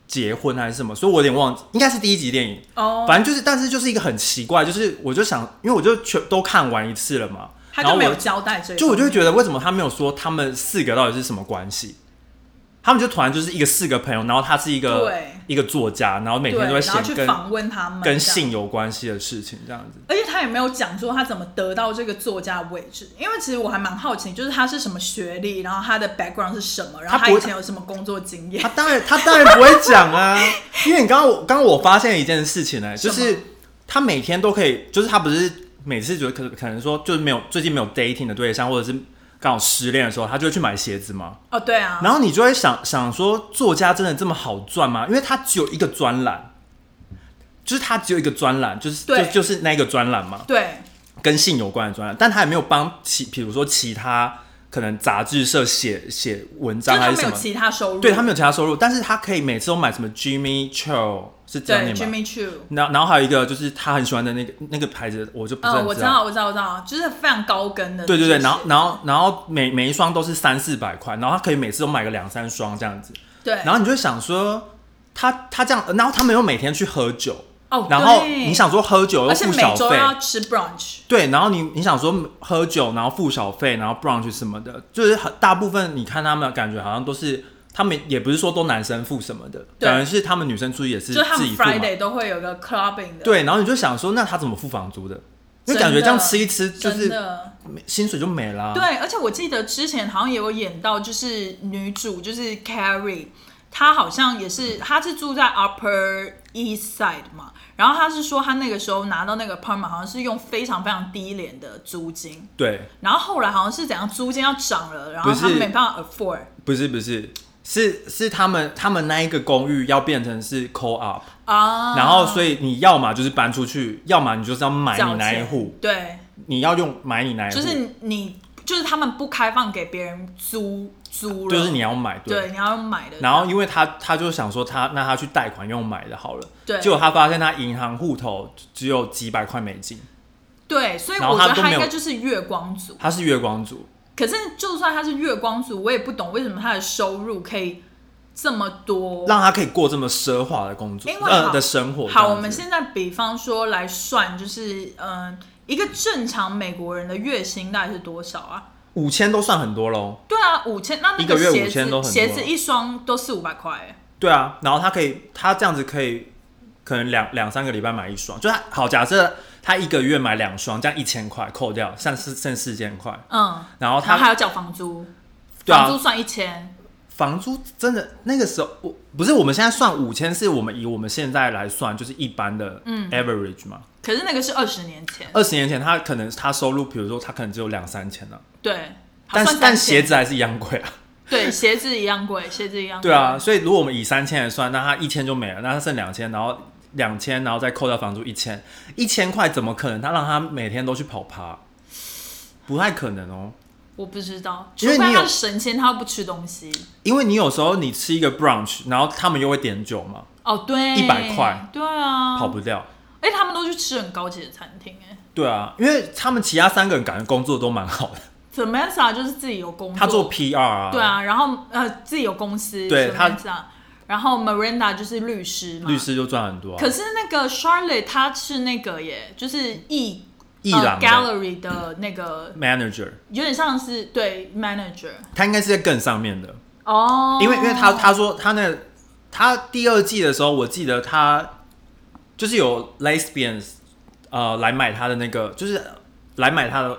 [SPEAKER 2] 结婚还是什么，所以我有点忘记，应该是第一集电影。
[SPEAKER 1] 哦，
[SPEAKER 2] 反正就是，但是就是一个很奇怪，就是我就想，因为我就全都看完一次了嘛，
[SPEAKER 1] 他
[SPEAKER 2] 然后
[SPEAKER 1] 就
[SPEAKER 2] 我
[SPEAKER 1] 没有交代这个，
[SPEAKER 2] 就我就会觉得为什么他没有说他们四个到底是什么关系？他们就突然就是一个四个朋友，然后他是一个
[SPEAKER 1] 对
[SPEAKER 2] 一个作家，然后每
[SPEAKER 1] 对，
[SPEAKER 2] 天都会
[SPEAKER 1] 然后
[SPEAKER 2] 写
[SPEAKER 1] 去
[SPEAKER 2] 跟
[SPEAKER 1] 访问他们
[SPEAKER 2] 跟
[SPEAKER 1] 这样
[SPEAKER 2] 性有关系的事情这样子。
[SPEAKER 1] 而且他也没有讲说他怎么得到这个作家的位置，因为其实我还蛮好奇，就是他是什么学历，然后他的 background 是什么，然后
[SPEAKER 2] 他
[SPEAKER 1] 他
[SPEAKER 2] 不会
[SPEAKER 1] 以前有什么工作经验
[SPEAKER 2] 他。当然他当然不会讲啊， 因为你刚刚我刚刚我发现一件事情呢、就
[SPEAKER 1] 什
[SPEAKER 2] 是他每天都可以，就是他不是每次觉得可可能说就是没有最近没有 dating 的对象，或者是刚好失恋的时候，他就会去买鞋子嘛。
[SPEAKER 1] 哦，对啊，
[SPEAKER 2] 然后你就会想想说，作家真的这么好赚吗？因为他只有一个专栏，就是他只有一个专栏，就是就
[SPEAKER 1] 对
[SPEAKER 2] 就是那一个专栏嘛，
[SPEAKER 1] 对，
[SPEAKER 2] 跟性有关的专栏，但他也没有帮其，比如说其他可能杂志社写写文
[SPEAKER 1] 就
[SPEAKER 2] 章
[SPEAKER 1] 是他
[SPEAKER 2] 还
[SPEAKER 1] 没
[SPEAKER 2] 是什
[SPEAKER 1] 有
[SPEAKER 2] 么，
[SPEAKER 1] 其他收入，
[SPEAKER 2] 对他没有其他收入，但是他可以每次都买什么 Jimmy Choo 是这样
[SPEAKER 1] 对
[SPEAKER 2] 念吧？
[SPEAKER 1] Jimmy Choo，
[SPEAKER 2] 然后然后还有一个就是他很喜欢的那个那个牌子，我就不
[SPEAKER 1] 嗯，
[SPEAKER 2] 是很
[SPEAKER 1] 我知道，我知道，我知道，就是非常高跟的，
[SPEAKER 2] 对对对，然后
[SPEAKER 1] 就是
[SPEAKER 2] 然后然后每每一双都是三四百块，然后他可以每次都买个两三双这样子。
[SPEAKER 1] 对，
[SPEAKER 2] 然后你就想说，他他这样，然后他们又每天去喝酒，
[SPEAKER 1] 哦，
[SPEAKER 2] 然后
[SPEAKER 1] 对
[SPEAKER 2] 你想说喝酒又
[SPEAKER 1] 而且
[SPEAKER 2] 付
[SPEAKER 1] 每
[SPEAKER 2] 小
[SPEAKER 1] 周
[SPEAKER 2] 费，
[SPEAKER 1] 要吃 brunch，
[SPEAKER 2] 对，然后你你想说喝酒，然后付小费，然后 brunch 什么的，就是很大部分你看他们的感觉好像都是他们也不是说都男生付什么的，
[SPEAKER 1] 对
[SPEAKER 2] 感觉是他们女生出去也是
[SPEAKER 1] 就是他
[SPEAKER 2] 自
[SPEAKER 1] 们
[SPEAKER 2] 己付嘛，
[SPEAKER 1] Friday 都会有个 clubbing 的，
[SPEAKER 2] 对，然后你就想说，那他怎么付房租的？因
[SPEAKER 1] 真
[SPEAKER 2] 为
[SPEAKER 1] 的
[SPEAKER 2] 感觉这样吃一吃就
[SPEAKER 1] 真
[SPEAKER 2] 是啊
[SPEAKER 1] 的。
[SPEAKER 2] 薪水就没啦、
[SPEAKER 1] 对，而且我记得之前好像也有演到，就是女主就是 Carrie，她好像也是，她是住在 Upper East Side 嘛，然后她是说她那个时候拿到那个 apartment 好像是用非常非常低廉的租金，
[SPEAKER 2] 对，
[SPEAKER 1] 然后后来好像是怎样租金要涨了，然后
[SPEAKER 2] 不是
[SPEAKER 1] 她没办法 afford
[SPEAKER 2] 不是不是。是是他们他们那一个公寓要变成是 co op，
[SPEAKER 1] 啊，
[SPEAKER 2] 然后所以你要么就是搬出去，要么你就是要买
[SPEAKER 1] 缴
[SPEAKER 2] 你那一
[SPEAKER 1] 钱
[SPEAKER 2] 户，
[SPEAKER 1] 对，
[SPEAKER 2] 你要用买你那一户，
[SPEAKER 1] 就是你就是他们不开放给别人租租了，
[SPEAKER 2] 就是你要买对。
[SPEAKER 1] 对你要买的，
[SPEAKER 2] 然后因为他他就想说他那他去贷款用买的好了，
[SPEAKER 1] 对
[SPEAKER 2] 结果他发现他银行户头只有几百块美金，
[SPEAKER 1] 对，所以
[SPEAKER 2] 然后
[SPEAKER 1] 我觉
[SPEAKER 2] 她
[SPEAKER 1] 得
[SPEAKER 2] 都
[SPEAKER 1] 她
[SPEAKER 2] 没
[SPEAKER 1] 应
[SPEAKER 2] 有
[SPEAKER 1] 该就是月光族。
[SPEAKER 2] 他是月光族，
[SPEAKER 1] 可是就算他是月光族，我也不懂为什么他的收入可以这么多。
[SPEAKER 2] 让他可以过这么奢华的工作
[SPEAKER 1] 因为
[SPEAKER 2] 呃
[SPEAKER 1] 好
[SPEAKER 2] 的生活。
[SPEAKER 1] 哎好，我们
[SPEAKER 2] 在
[SPEAKER 1] 现在比方说来算，就是嗯、呃一个正常美国人的月薪大概是多少啊？
[SPEAKER 2] 五千都算很多喽，
[SPEAKER 1] 对啊，五千，那那
[SPEAKER 2] 一个月
[SPEAKER 1] 鞋
[SPEAKER 2] 5000都
[SPEAKER 1] 子
[SPEAKER 2] 很多
[SPEAKER 1] 鞋子一双都四五百块欸，
[SPEAKER 2] 对啊，然后他可以他这样子可以可能两两三个礼拜买一双，就他好假设他一个月买两双，这样一千块扣掉，剩四剩四千块，
[SPEAKER 1] 嗯，
[SPEAKER 2] 然
[SPEAKER 1] 然
[SPEAKER 2] 后
[SPEAKER 1] 后
[SPEAKER 2] 哦他
[SPEAKER 1] 还要缴房租，
[SPEAKER 2] 对啊
[SPEAKER 1] 房租算一千，
[SPEAKER 2] 房租真的那个时候，我不是我们现在算五千，是我们以我们现在来算，就是一般的
[SPEAKER 1] 嗯
[SPEAKER 2] average 嘛。
[SPEAKER 1] 可是那个是二十年前，
[SPEAKER 2] 二十、年前他可能他收入，比如说他可能只有两三千呢、
[SPEAKER 1] 对，好
[SPEAKER 2] 但
[SPEAKER 1] 算哦
[SPEAKER 2] 是但
[SPEAKER 1] 3000
[SPEAKER 2] 鞋子还是一样贵啊。
[SPEAKER 1] 对，鞋子一样贵，鞋子一样贵。
[SPEAKER 2] 对啊，，所以如果我们以三千来算，那他一千就没了，那他剩两千，然后两千，然后再扣掉房租一千，一千块怎么可能？他让他每天都去跑趴，不太可能哦。
[SPEAKER 1] 我不知道，除
[SPEAKER 2] 因为
[SPEAKER 1] 非
[SPEAKER 2] 你
[SPEAKER 1] 他
[SPEAKER 2] 有
[SPEAKER 1] 是神仙，他又不吃东西。
[SPEAKER 2] 因为你有时候你吃一个 brunch，然后他们又会点酒嘛，
[SPEAKER 1] 哦，对，
[SPEAKER 2] 100块，
[SPEAKER 1] 对啊，
[SPEAKER 2] 跑不掉。
[SPEAKER 1] 哎、他们都去吃很高级的餐厅、哎，
[SPEAKER 2] 对啊，因为他们其他三个人感觉工作都蛮好的，
[SPEAKER 1] 怎么样啊？就是自己有工作，
[SPEAKER 2] 他做 PR 啊，
[SPEAKER 1] 对，啊，然后呃自己有公司，
[SPEAKER 2] 对他
[SPEAKER 1] Samantha，然后 Miranda 就是律师嘛，
[SPEAKER 2] 律。师就赚很多、啊。
[SPEAKER 1] 可是那个 Charlotte 她是那个耶，就是艺
[SPEAKER 2] 艺
[SPEAKER 1] 呃、
[SPEAKER 2] 廊的
[SPEAKER 1] Gallery 的那个，
[SPEAKER 2] manager，
[SPEAKER 1] 有点像是对 manager
[SPEAKER 2] 他应该是在更上面的，
[SPEAKER 1] 哦，
[SPEAKER 2] 因为因为他他说他那他第二季的时候，我记得他就是有 lesbians 呃来买他的那个，就是来买他的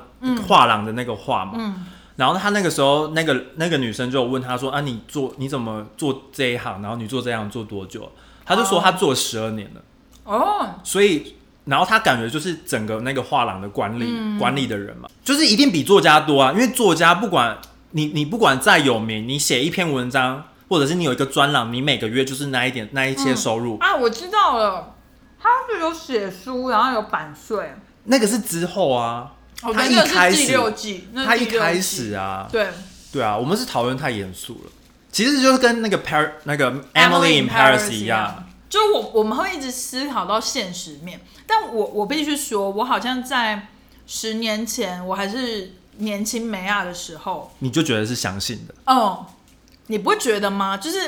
[SPEAKER 2] 画廊的那个画嘛。
[SPEAKER 1] 嗯
[SPEAKER 2] 然后他那个时候，那个那个女生就有问他说：“啊，你做你怎么做这一行？然后你做这样做多久？”他就说他做十二年了。
[SPEAKER 1] 哦，
[SPEAKER 2] 所以，然后他感觉就是整个那个画廊的管理、
[SPEAKER 1] 嗯
[SPEAKER 2] 管理的人嘛，就是一定比作家多啊，因为作家不管你你不管再有名，你写一篇文章，或者是你有一个专栏，你每个月就是那一点那一些收入，
[SPEAKER 1] 啊，我知道了，他是有写书，然后有版税，
[SPEAKER 2] 那个是之后啊，
[SPEAKER 1] 哦，
[SPEAKER 2] 他
[SPEAKER 1] 对
[SPEAKER 2] 一
[SPEAKER 1] 那个
[SPEAKER 2] 开
[SPEAKER 1] 是第
[SPEAKER 2] 始
[SPEAKER 1] 六季，那是
[SPEAKER 2] 他一
[SPEAKER 1] 第六
[SPEAKER 2] 开
[SPEAKER 1] 季
[SPEAKER 2] 始啊，
[SPEAKER 1] 对
[SPEAKER 2] 对啊，我们是讨论太严肃了，其实就是跟那个 Par 那个 Emily in
[SPEAKER 1] in
[SPEAKER 2] Paris 一
[SPEAKER 1] 一
[SPEAKER 2] 样，。
[SPEAKER 1] 就是我我们会一直思考到现实面，但我我必须说，我好像在十年前，我还是年轻美亚的时候，
[SPEAKER 2] 你就觉得是相信的，
[SPEAKER 1] 嗯，你不会觉得吗？就是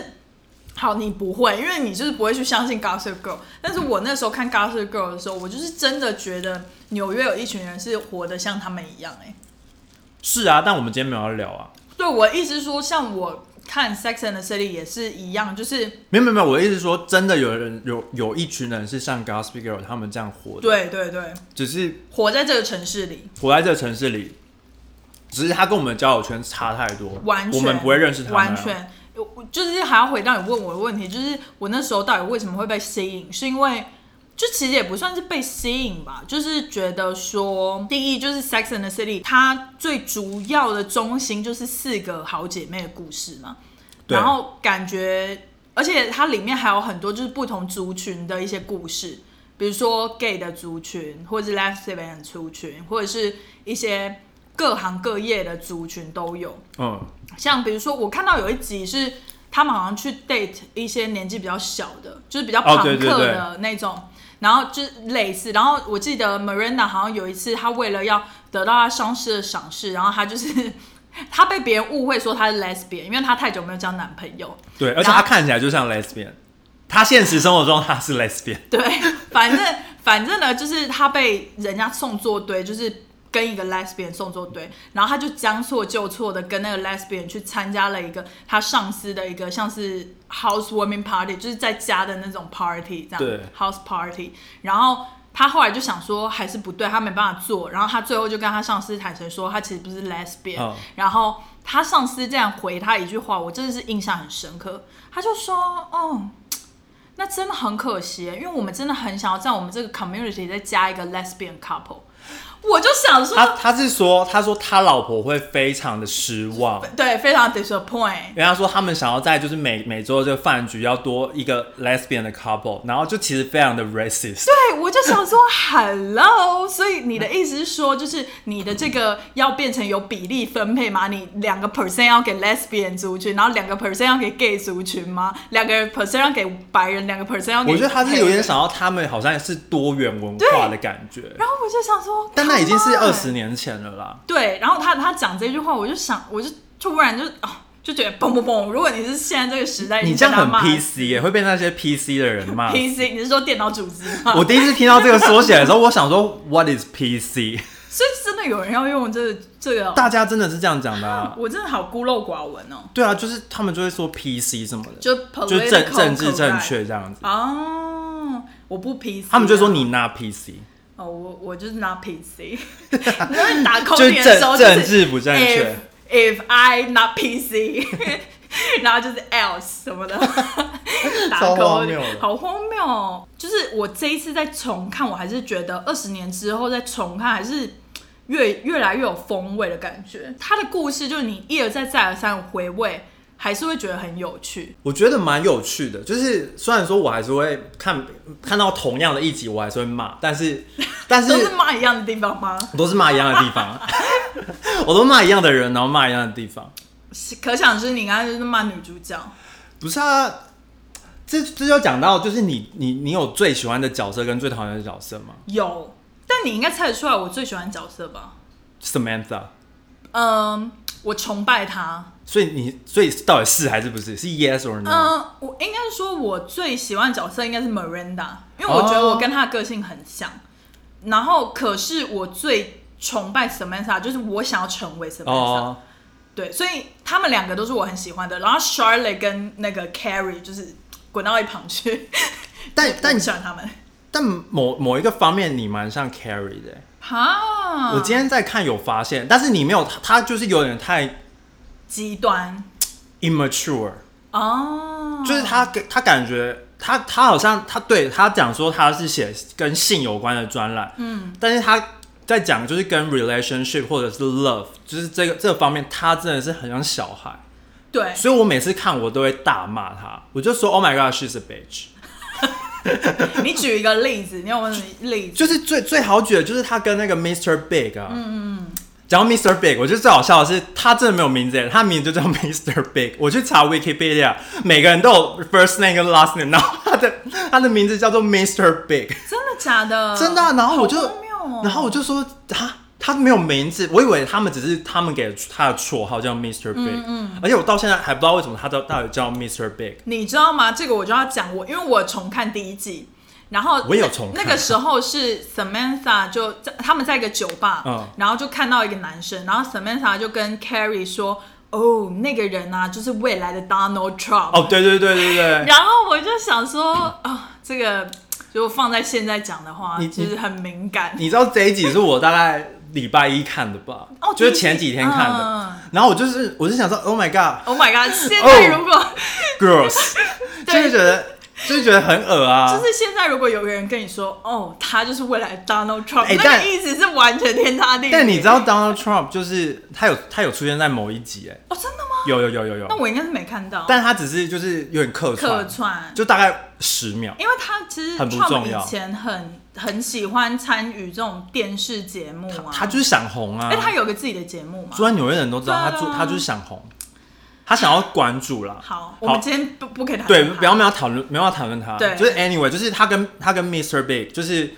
[SPEAKER 1] 好，你不会，因为你就是不会去相信 Gossip Girl。但是我那时候看 Gossip Girl 的时候，我就是真的觉得纽约有一群人是活得像他们一样、欸，
[SPEAKER 2] 是啊，但我们今天没有要聊啊。
[SPEAKER 1] 对我意思是说，像我看 Sex and the City 也是一样，就是
[SPEAKER 2] 没有没有没有，我的意思是说，真的有人有有一群人是像 Gossip Girl 他们这样活的，，
[SPEAKER 1] 对对对，
[SPEAKER 2] 只是
[SPEAKER 1] 活在这个城市里，
[SPEAKER 2] 活在这个城市里，只是他跟我们的交友圈差太多，
[SPEAKER 1] 完全
[SPEAKER 2] 我们不会认识他们啊、
[SPEAKER 1] 完全，我我就是还要回到你问我的问题，就是我那时候到底为什么会被吸引，是因为。就其实也不算是被吸引吧，就是觉得说，第一就是《Sex and the City》，它最主要的中心就是四个好姐妹的故事嘛。
[SPEAKER 2] 对
[SPEAKER 1] 然后感觉，而且它里面还有很多就是不同族群的一些故事，比如说 gay 的族群，或者是 lesbian 的族群，或者是一些各行各业的族群都有。
[SPEAKER 2] 嗯，
[SPEAKER 1] 像比如说，我看到有一集是他们好像去 date 一些年纪比较小的，就是比较
[SPEAKER 2] 哦
[SPEAKER 1] 朋
[SPEAKER 2] 对对
[SPEAKER 1] 克
[SPEAKER 2] 对
[SPEAKER 1] 的那种，然后就是类似。然后我记得 Miranda 好像有一次，她为了要得到她上司的赏识，然后她就是 她被别人误会说她是 lesbian，因为她太久没有交男朋友。
[SPEAKER 2] 对，而且他看起来就像 lesbian，他现实生活中他是 lesbian，
[SPEAKER 1] 对，反正反正呢，就是她被人家送作堆，就是。跟一个 lesbian 送作堆，然后她就将错就错的跟那个 lesbian 去参加了一个她上司的一个像是 housewarming party，就是在家的那种 party 这样
[SPEAKER 2] 对
[SPEAKER 1] house party。然后她后来就想说还是不对，她没办法做，然后她最后就跟她上司坦诚说她其实不是 lesbian，、
[SPEAKER 2] 嗯
[SPEAKER 1] 然后她上司这样回她一句话，我真的是印象很深刻，她就说哦。那真的很可惜，因为我们真的很想要在我们这个 community 再加一个 lesbian couple。我就想说，
[SPEAKER 2] 他他是说他说他老婆会非常的失望。
[SPEAKER 1] 对，非常 disappoint。
[SPEAKER 2] 人家说他们想要在就是每每周这个饭局要多一个 lesbian 的 couple，然后就其实非常的 racist，
[SPEAKER 1] 对，我就想说 hello。所以你的意思是说，就是你的这个要变成有比例分配吗？你两个 percent 要给 lesbian 族群，然后两个 percent 要给 gay 族群吗？两个 percent 要给白人，两个 percent 要给……
[SPEAKER 2] 我觉得他是有点。想要他们好像是多元文化的感觉，
[SPEAKER 1] 然后我就想说，
[SPEAKER 2] 但那已经是
[SPEAKER 1] come on
[SPEAKER 2] 二十年前了啦。
[SPEAKER 1] 对，然后他他讲这句话，我就想，我就突然就哦，就觉得嘣嘣嘣！如果你是现在这个时代，
[SPEAKER 2] 你这样
[SPEAKER 1] 哎被他骂
[SPEAKER 2] 很啊 PC 耶、会被那些 PC 的人 骂。
[SPEAKER 1] PC，你是说电脑组织吗？
[SPEAKER 2] 我第一次听到这个缩写的时候，我想说 What is PC？
[SPEAKER 1] 所以真的有人要用这个这个哦、
[SPEAKER 2] 大家真的是这样讲的、啊。
[SPEAKER 1] 我真的好孤陋寡闻哦，
[SPEAKER 2] 对啊，就是他们就会说 PC 什么的，
[SPEAKER 1] 就
[SPEAKER 2] 就
[SPEAKER 1] political
[SPEAKER 2] 政政治正
[SPEAKER 1] correct
[SPEAKER 2] 确这样子。
[SPEAKER 1] 哦，我不 PC，啊
[SPEAKER 2] 他们就说你拿 PC，
[SPEAKER 1] 哦，我我就是拿 PC，你会打空
[SPEAKER 2] 就是
[SPEAKER 1] 点的时
[SPEAKER 2] 政
[SPEAKER 1] 候就是
[SPEAKER 2] 政治不正确
[SPEAKER 1] if,。if I 拿 PC，然后就是 else 什么 的，打
[SPEAKER 2] 超
[SPEAKER 1] 勾
[SPEAKER 2] 荒谬的
[SPEAKER 1] 好荒谬哦！就是我这一次再重看，我还是觉得二十年之后再重看，还是越越来越有风味的感觉。他的故事就是你一而再再而三回味，还是会觉得很有趣。
[SPEAKER 2] 我觉得蛮有趣的，就是虽然说我还是会看看到同样的一集，我还是会骂，但是但是
[SPEAKER 1] 都是骂一样的地方吗？
[SPEAKER 2] 我都是骂一样的地方， 我都骂一样的人，然后骂一样的地方。
[SPEAKER 1] 是可想知，你刚才就是骂女主角，
[SPEAKER 2] 不是啊，这这就讲到就是你你你有最喜欢的角色跟最讨厌的角色吗
[SPEAKER 1] 有，但你应该猜得出来我最喜欢角色吧？
[SPEAKER 2] ？Samantha，
[SPEAKER 1] 嗯，我崇拜他。
[SPEAKER 2] 所以你所以到底是还是不是？是 yes or no？、
[SPEAKER 1] 嗯，我应该说我最喜欢的角色应该是 Miranda，因为我觉得
[SPEAKER 2] 哦
[SPEAKER 1] 我跟她的个性很像。然后，可是我最崇拜 Samantha，就是我想要成为 Samantha。
[SPEAKER 2] 哦，
[SPEAKER 1] 对，所以他们两个都是我很喜欢的。然后 Charlotte 跟那个 Carrie 就是滚到一旁去。
[SPEAKER 2] 但但
[SPEAKER 1] 你喜欢他们？
[SPEAKER 2] 但某某一个方面你蛮像 Carrie 的欸、
[SPEAKER 1] 哈，
[SPEAKER 2] 我今天在看有发现，但是你没有，他他就是有点太
[SPEAKER 1] 极端
[SPEAKER 2] immature，
[SPEAKER 1] 哦，
[SPEAKER 2] 就是他给他感觉他他好像他对他讲说他是写跟性有关的专栏，嗯，但是他在讲就是跟 relationship 或者是 love，就是这个这方面，他真的是很像小孩，
[SPEAKER 1] 对，
[SPEAKER 2] 所以我每次看我都会大骂他，我就说 Oh my God，she's a bitch。
[SPEAKER 1] 你举一个例子，你有没有例子？
[SPEAKER 2] 就是最最好举的就是他跟那个 Mr. Big 啊，嗯嗯。讲到 Mr. Big，我觉得最好笑的是，他真的没有名字耶，他名字就叫 Mr. Big。我去查 Wikipedia，每个人都有 first name 跟 last name，然后他的 他的名字叫做 Mr. Big，
[SPEAKER 1] 真的假的？
[SPEAKER 2] 真的啊、然后我就
[SPEAKER 1] 嗯好荒谬哦，
[SPEAKER 2] 然后我就说啊，他没有名字，我以为他们只是他们给他的绰号叫 Mr. Big，而且
[SPEAKER 1] 嗯
[SPEAKER 2] 我到现在还不知道为什么他到到底叫 Mr. Big。
[SPEAKER 1] 你知道吗？这个我就要讲我，因为我重看第一季，然后
[SPEAKER 2] 我也有
[SPEAKER 1] 那
[SPEAKER 2] 重看
[SPEAKER 1] 那个时候是 Samantha 就在他们在一个酒吧，
[SPEAKER 2] 嗯
[SPEAKER 1] 然后就看到一个男生，然后 Samantha 就跟 Carrie 说：“哦，那个人啊，就是未来的 Donald Trump。
[SPEAKER 2] 哦，对对对对对，
[SPEAKER 1] 然后我就想说，啊、这个如果放在现在讲的话，
[SPEAKER 2] 你
[SPEAKER 1] 就是很敏感。
[SPEAKER 2] 你知道这一集是我大概礼拜一看的吧？
[SPEAKER 1] 哦
[SPEAKER 2] 就是
[SPEAKER 1] 第一集
[SPEAKER 2] 前几天看的。
[SPEAKER 1] 嗯
[SPEAKER 2] 然后我就是，我就想说，Oh my
[SPEAKER 1] Oh my god！现在
[SPEAKER 2] 哦
[SPEAKER 1] 如果、
[SPEAKER 2] God，girls，就
[SPEAKER 1] 对
[SPEAKER 2] 是觉得，就是觉得很恶啊
[SPEAKER 1] 就。是现在如果有个人跟你说，哦，他就是未来的 Donald Trump，、
[SPEAKER 2] 哎
[SPEAKER 1] 那
[SPEAKER 2] 但
[SPEAKER 1] 个意思是完全天差地别。
[SPEAKER 2] 但你知道 Donald Trump 就是他有他有出现在某一集，哎，
[SPEAKER 1] 哦，真的吗？
[SPEAKER 2] 有有有有
[SPEAKER 1] 那
[SPEAKER 2] 有，
[SPEAKER 1] 我应该是没看到。
[SPEAKER 2] 但他只是就是有点客
[SPEAKER 1] 客
[SPEAKER 2] 串，
[SPEAKER 1] 串，
[SPEAKER 2] 就大概十秒。
[SPEAKER 1] 因为他其实
[SPEAKER 2] 很不
[SPEAKER 1] Trump
[SPEAKER 2] 重要
[SPEAKER 1] 以前很很喜欢参与这种电视节目啊，
[SPEAKER 2] 他就是想红啊
[SPEAKER 1] 哎，，他有个自己的节目嘛
[SPEAKER 2] 住。在纽约的人都知道，他
[SPEAKER 1] 对啊
[SPEAKER 2] 住他就是想红，他想要关注啦。
[SPEAKER 1] 好，我们今天不不可以谈
[SPEAKER 2] 对，
[SPEAKER 1] 论他
[SPEAKER 2] 不要没有讨论，没有要讨论他。
[SPEAKER 1] 对
[SPEAKER 2] 就是 anyway，就是他跟他跟 Mr. Big，就是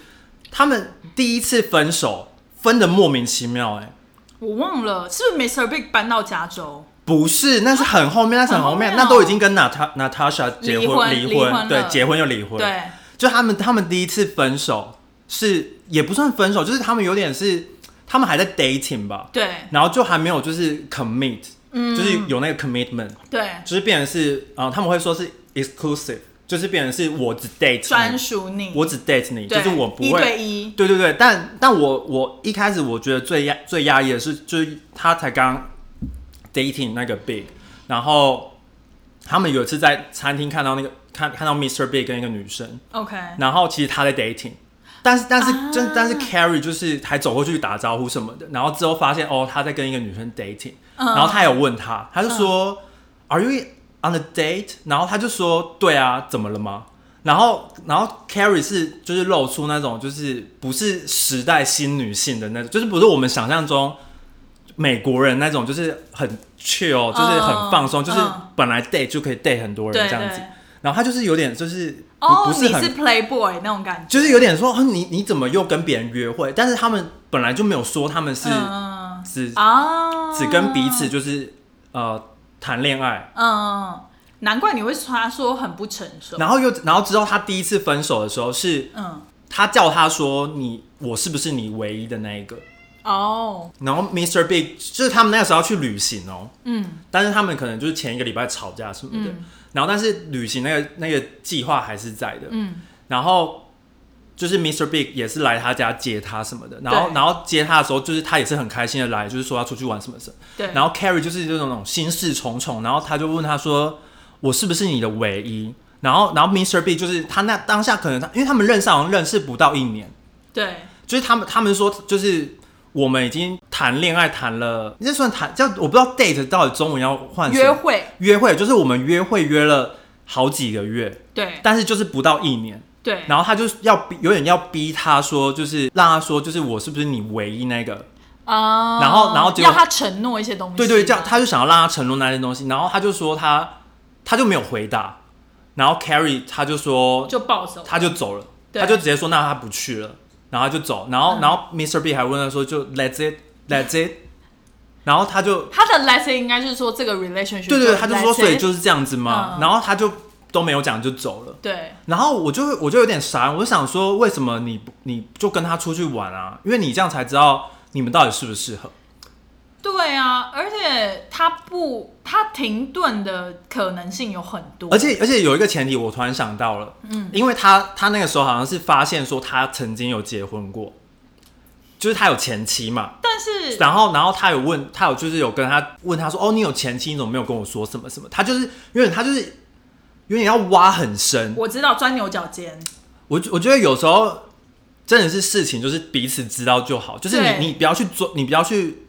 [SPEAKER 2] 他们第一次分手，分的莫名其妙、哎，
[SPEAKER 1] 我忘了是不是 Mr. Big 搬到加州？
[SPEAKER 2] 不是，那是很后面，那是很后
[SPEAKER 1] 很后面
[SPEAKER 2] 面，
[SPEAKER 1] 哦
[SPEAKER 2] 那都已经跟娜塔娜塔莎结
[SPEAKER 1] 离
[SPEAKER 2] 婚
[SPEAKER 1] 婚
[SPEAKER 2] 离
[SPEAKER 1] 离婚了
[SPEAKER 2] 对，结婚又离婚，，
[SPEAKER 1] 对，
[SPEAKER 2] 就他们他们第一次分手是也不算分手，就是他们有点是他们还在 dating 吧，
[SPEAKER 1] 对，
[SPEAKER 2] 然后就还没有就是 commit，嗯，就是有那个 commitment，
[SPEAKER 1] 对，
[SPEAKER 2] 就是变成是啊、呃他们会说是 exclusive，就是变成是我只 date
[SPEAKER 1] 专
[SPEAKER 2] 你
[SPEAKER 1] 属你，
[SPEAKER 2] 我只 date 你，就
[SPEAKER 1] 对
[SPEAKER 2] 是我不
[SPEAKER 1] 一
[SPEAKER 2] 会
[SPEAKER 1] 对一，
[SPEAKER 2] 对对对，但但我我一开始我觉得最压最压抑的是，就是他才刚 dating 那个 Big，然后他们有一次在餐厅看到那个看看到 Mr. Big 跟一个女生，
[SPEAKER 1] OK，
[SPEAKER 2] 然后其实他在 dating，但是但是、
[SPEAKER 1] 啊
[SPEAKER 2] 真但是 Carrie 就是还走过去打招呼什么的，然后之后发现哦他在跟一个女生 dating，、
[SPEAKER 1] 嗯
[SPEAKER 2] 然后他有问他，他就说、Are you on a date？然后他就说对啊，怎么了吗？然后然后 Carrie 是就是露出那种就是不是时代新女性的那种，就是不是我们想象中。美国人那种就是很 chill，就是很放松，
[SPEAKER 1] 嗯
[SPEAKER 2] 就是
[SPEAKER 1] 嗯
[SPEAKER 2] 本来 date 就可以 date 很多人
[SPEAKER 1] 对
[SPEAKER 2] 这样子
[SPEAKER 1] 对。
[SPEAKER 2] 然后他就是有点就是不
[SPEAKER 1] 哦
[SPEAKER 2] 不，是
[SPEAKER 1] 你
[SPEAKER 2] 很
[SPEAKER 1] 是 Playboy 那种感觉，
[SPEAKER 2] 就是有点说，哼啊你你怎么又跟别人约会？但是他们本来就没有说他们是
[SPEAKER 1] 嗯
[SPEAKER 2] 只、
[SPEAKER 1] 啊，
[SPEAKER 2] 只跟彼此就是呃谈恋爱，
[SPEAKER 1] 嗯，难怪你会说他说很不成熟。
[SPEAKER 2] 然后又然后之后他第一次分手的时候是
[SPEAKER 1] 嗯，
[SPEAKER 2] 他叫他说你我是不是你唯一的那一个？
[SPEAKER 1] 哦，
[SPEAKER 2] 然后 Mr. Big 就是他们那个时候要去旅行哦、
[SPEAKER 1] 嗯，
[SPEAKER 2] 但是他们可能就是前一个礼拜吵架什么的，
[SPEAKER 1] 嗯
[SPEAKER 2] 然后但是旅行那个那个计划还是在的，
[SPEAKER 1] 嗯，
[SPEAKER 2] 然后就是 Mr. Big 也是来他家接他什么的，然后
[SPEAKER 1] 对
[SPEAKER 2] 然后接他的时候，就是他也是很开心的来，就是说要出去玩什么什么，
[SPEAKER 1] 对，
[SPEAKER 2] 然后 Carrie 就是这种那种心事重重，然后他就问他说：“我是不是你的唯一？”然后然后 Mr. Big 就是他那当下可能他因为他们认识好像认识不到一年，
[SPEAKER 1] 对，
[SPEAKER 2] 就是他们他们说就是我们已经谈恋爱谈了，那算谈叫我不知道 date 到底中文要换什么
[SPEAKER 1] 约会，
[SPEAKER 2] 约会，就是我们约会约了好几个月，
[SPEAKER 1] 对
[SPEAKER 2] 但是就是不到一年。
[SPEAKER 1] 对，
[SPEAKER 2] 然后他就是要逼，有点要逼他说，就是让他说，就是我是不是你唯一那个？
[SPEAKER 1] 啊、
[SPEAKER 2] 然后然后结果
[SPEAKER 1] 要他承诺一些东西，
[SPEAKER 2] 对对，这样他就想要让他承诺那些东西，然后他就说他他就没有回答，然后 Carrie 他就说
[SPEAKER 1] 就暴走，
[SPEAKER 2] 他就走了，
[SPEAKER 1] 对
[SPEAKER 2] 他就直接说那他不去了，然后他就走，然后、然后 Mr B 还问他说就 That's it That's it，然后他就
[SPEAKER 1] 他的 let's say 应该是说这个 relationship，
[SPEAKER 2] 对对对，他就说
[SPEAKER 1] let's say
[SPEAKER 2] 所以就是这样子嘛，
[SPEAKER 1] 嗯
[SPEAKER 2] 然后他就都没有讲就走了。
[SPEAKER 1] 对
[SPEAKER 2] 然后我就会我就有点傻，我就想说，为什么你不你就跟他出去玩啊？因为你这样才知道你们到底适不适合。
[SPEAKER 1] 对啊，而且他不他停顿的可能性有很多，
[SPEAKER 2] 而且而且有一个前提，我突然想到了，嗯，因为他他那个时候好像是发现说他曾经有结婚过，就是他有前妻嘛。
[SPEAKER 1] 但是
[SPEAKER 2] 然后然后他有问他有就是有跟他问他说，哦，你有前妻，你怎么没有跟我说什么什么？他就是因为他就是有点要挖很深。
[SPEAKER 1] 我知道钻牛角尖，
[SPEAKER 2] 我我觉得有时候真的是事情就是彼此知道就好，就是
[SPEAKER 1] 对
[SPEAKER 2] 你你不要去做，你不要去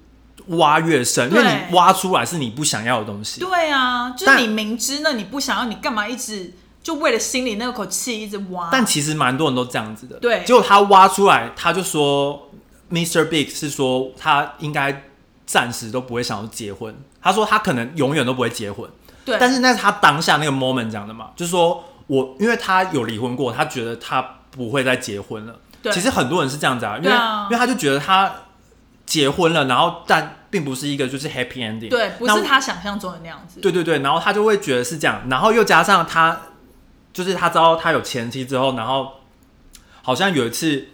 [SPEAKER 2] 挖越深，因为
[SPEAKER 1] 对
[SPEAKER 2] 你挖出来是你不想要的东西。
[SPEAKER 1] 对啊，就是
[SPEAKER 2] 但
[SPEAKER 1] 你明知那你不想要，你干嘛一直就为了心里那口气一直挖？
[SPEAKER 2] 但其实蛮多人都这样子的，
[SPEAKER 1] 啊对
[SPEAKER 2] 结果他挖出来，他就说，Mr. Big 是说他应该暂时都不会想要结婚，他说他可能永远都不会结婚，
[SPEAKER 1] 对，
[SPEAKER 2] 但是那是他当下那个 moment 讲的嘛，就是说我因为他有离婚过，他觉得他不会再结婚了。
[SPEAKER 1] 对
[SPEAKER 2] 其实很多人是这样子啊，因为、
[SPEAKER 1] 对啊
[SPEAKER 2] 因为他就觉得他结婚了，然后但并不是一个就是 happy ending，
[SPEAKER 1] 对，不
[SPEAKER 2] 那
[SPEAKER 1] 是他想象中的那样子。
[SPEAKER 2] 对对对，然后他就会觉得是这样，然后又加上他就是他知道他有前妻之后，然后好像有一次，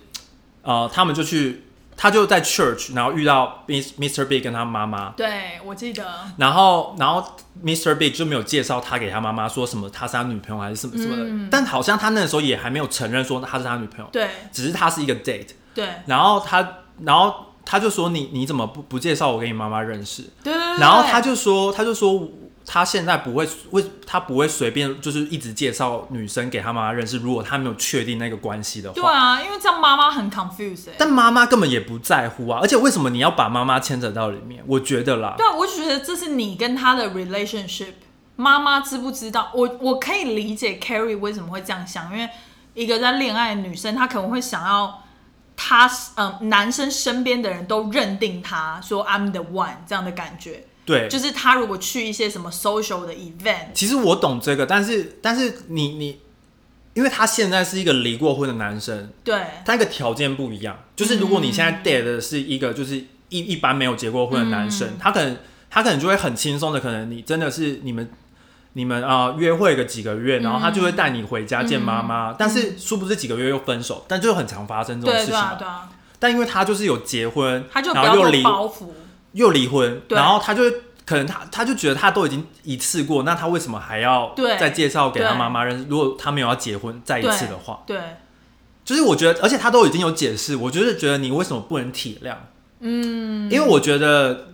[SPEAKER 2] 呃，他们就去，他就在 church，然后遇到 Miss Mr. Big 跟他妈妈，
[SPEAKER 1] 对，我记得，
[SPEAKER 2] 然后，然后 Mr. Big 就没有介绍他给他妈妈，说什么他是他女朋友还是什么什么的。
[SPEAKER 1] 嗯
[SPEAKER 2] 但好像他那时候也还没有承认说他是他女朋友，
[SPEAKER 1] 对
[SPEAKER 2] 只是他是一个 date。
[SPEAKER 1] 对
[SPEAKER 2] 然后他，然后他就说你你怎么不不介绍我跟你妈妈认识？
[SPEAKER 1] 对对对。
[SPEAKER 2] 然后他
[SPEAKER 1] 就
[SPEAKER 2] 就说他就说他现在不会为他不会随便就是一直介绍女生给他妈妈认识，如果他没有确定那个关系的
[SPEAKER 1] 对
[SPEAKER 2] 话。
[SPEAKER 1] 啊，因为这样妈妈很 confused 欸
[SPEAKER 2] 但妈妈根本也不在乎啊，而且为什么你要把妈妈牵扯到里面？我觉得啦，
[SPEAKER 1] 对啊，我就觉得这是你跟他的 relationship。妈妈知不知道？我我可以理解 Carrie 为什么会这样想，因为一个在恋爱的女生，她可能会想要她嗯、男生身边的人都认定她说 I'm the one 这样的感觉。
[SPEAKER 2] 对，
[SPEAKER 1] 就是她如果去一些什么 social 的 event，
[SPEAKER 2] 其实我懂这个，但是但是你你，因为他现在是一个离过婚的男生，
[SPEAKER 1] 对
[SPEAKER 2] 他那个条件不一样。就是如果你现
[SPEAKER 1] 嗯
[SPEAKER 2] 在 date 的是一个就是一一般没有结过婚的男
[SPEAKER 1] 嗯
[SPEAKER 2] 生，他可能他可能就会很轻松的，可能你真的是你们你们啊、呃约会个几个
[SPEAKER 1] 嗯
[SPEAKER 2] 月，然后他就会带你回家见妈妈，但是殊不知几个月又分手，但就很常发生这种
[SPEAKER 1] 对
[SPEAKER 2] 事情
[SPEAKER 1] 对
[SPEAKER 2] 嘛。
[SPEAKER 1] 啊对啊，
[SPEAKER 2] 但因为他就是有结婚，
[SPEAKER 1] 她就不
[SPEAKER 2] 然
[SPEAKER 1] 要
[SPEAKER 2] 后又
[SPEAKER 1] 有
[SPEAKER 2] 离
[SPEAKER 1] 包袱。
[SPEAKER 2] 又离婚，
[SPEAKER 1] 对
[SPEAKER 2] 然后他就可能他他就觉得他都已经一次过，那他为什么还要
[SPEAKER 1] 对
[SPEAKER 2] 再介绍给他
[SPEAKER 1] 对
[SPEAKER 2] 妈妈认识？如果他没有要结婚再一次的话，
[SPEAKER 1] 对，
[SPEAKER 2] 就是我觉得，而且他都已经有解释，我就是觉得你为什么不能体谅？嗯，因为我觉得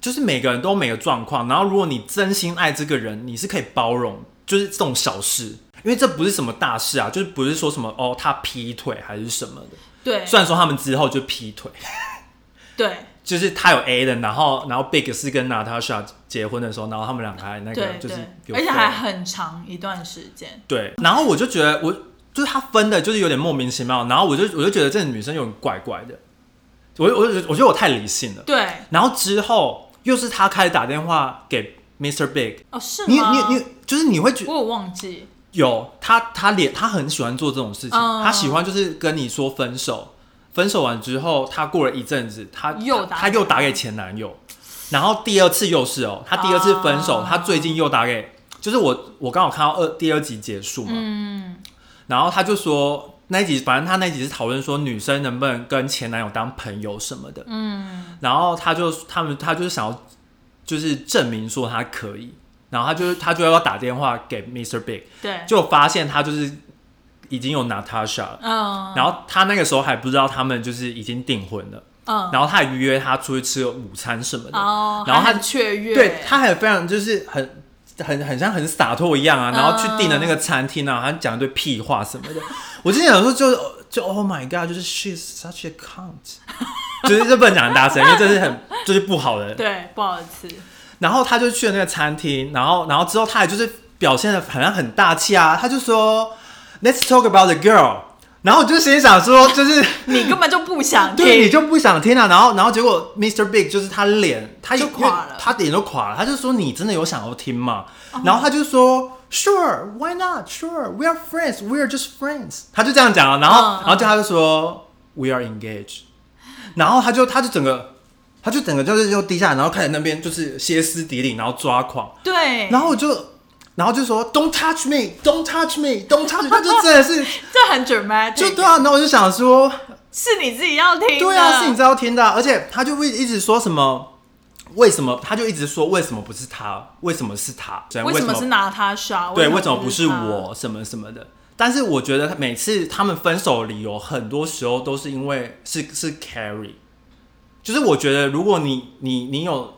[SPEAKER 2] 就是每个人都有每个状况，然后如果你真心爱这个人，你是可以包容，就是这种小事。因为这不是什么大事啊，就是不是说什么哦，他劈腿还是什么的。
[SPEAKER 1] 对
[SPEAKER 2] 虽然说他们之后就劈腿，
[SPEAKER 1] 对
[SPEAKER 2] 就是他有 A 的，然后然后 Big 是跟 Natasha 结婚的时候，然后他们两个还那个
[SPEAKER 1] 对
[SPEAKER 2] 就是
[SPEAKER 1] 对，
[SPEAKER 2] 有
[SPEAKER 1] 而且
[SPEAKER 2] fail
[SPEAKER 1] 还很长一段时间。
[SPEAKER 2] 对，然后我就觉得我就是他分的，就是有点莫名其妙，然后我就我就觉得这女生有点怪怪的，我我我觉得我太理性了。
[SPEAKER 1] 对，
[SPEAKER 2] 然后之后又是他开始打电话给 Mr. Big，
[SPEAKER 1] 哦是
[SPEAKER 2] 你
[SPEAKER 1] 吗？
[SPEAKER 2] 你你就是你会觉
[SPEAKER 1] 我有忘记。
[SPEAKER 2] 有他他连他很喜欢做这种事情，
[SPEAKER 1] 嗯
[SPEAKER 2] 他喜欢就是跟你说分手，分手完之后，他过了一阵子，他
[SPEAKER 1] 又打
[SPEAKER 2] 他又打给前男友，然后第二次又是哦，他第二次分手，
[SPEAKER 1] 啊
[SPEAKER 2] 他最近又打给，就是我我刚好看到二第二集结束嘛，
[SPEAKER 1] 嗯
[SPEAKER 2] 然后他就说那一集，反正他那一集是讨论说女生能不能跟前男友当朋友什么的，
[SPEAKER 1] 嗯，
[SPEAKER 2] 然后他就他们他就是想要就是证明说他可以，然后他就他就要打电话给 Mr. Big。
[SPEAKER 1] 对，
[SPEAKER 2] 就发现他就是已经有 Natasha 了，
[SPEAKER 1] 嗯
[SPEAKER 2] 然后他那个时候还不知道他们就是已经订婚了，
[SPEAKER 1] 嗯，
[SPEAKER 2] 然后他还约他出去吃个午餐什么的，
[SPEAKER 1] 哦，
[SPEAKER 2] 然后
[SPEAKER 1] 还
[SPEAKER 2] 他
[SPEAKER 1] 很雀跃，
[SPEAKER 2] 对他还非常就是很。很很像很洒脱一样
[SPEAKER 1] 嗯
[SPEAKER 2] 啊，然后去订了那个餐厅啊，还讲一堆屁 话什么的。我之前想说就就 Oh my God，就是 She's such a cunt， 就是这不能讲很大声，因为这是很就是不好的
[SPEAKER 1] 对，不好意思，
[SPEAKER 2] 然后他就去了那个餐厅，然后然后之后他也就是表现的好像很大气啊，他就说 Let's talk about the girl，然后我就心想说就是
[SPEAKER 1] 你根本就不想
[SPEAKER 2] 对你
[SPEAKER 1] 听，
[SPEAKER 2] 就不想听了、然后然后结果 Mr. Big 就是他脸他
[SPEAKER 1] 就
[SPEAKER 2] 因为
[SPEAKER 1] 垮了哦
[SPEAKER 2] 他脸都垮了，他就说你真的有想要听吗？然后他就说。Sure, why not? Sure, we are friends. We are just friends. 他就这样讲了，然后，
[SPEAKER 1] 嗯嗯
[SPEAKER 2] 然后就他就说 We are engaged. 然后他就他就整个他就整个就是又低下来，然后开始那边就是歇斯底里，然后抓狂。
[SPEAKER 1] 对，
[SPEAKER 2] 然后我就，然后就说 Don't touch me, Don't touch me, Don't touch me，他就真的是，
[SPEAKER 1] 这很 dramatic，
[SPEAKER 2] 就对啊。然后我就想说，
[SPEAKER 1] 是你自己要听的，
[SPEAKER 2] 对啊，是你知道听的啊，而且他就会一直说什么。为什么？他就一直说为什么不是他？为什么是他？
[SPEAKER 1] 为什么是拿他杀？
[SPEAKER 2] 对，为什么不
[SPEAKER 1] 是
[SPEAKER 2] 是
[SPEAKER 1] 他？
[SPEAKER 2] 我？什么什么的。但是我觉得每次他们分手的理由，很多时候都是因为是是 carry，就是我觉得如果你你你有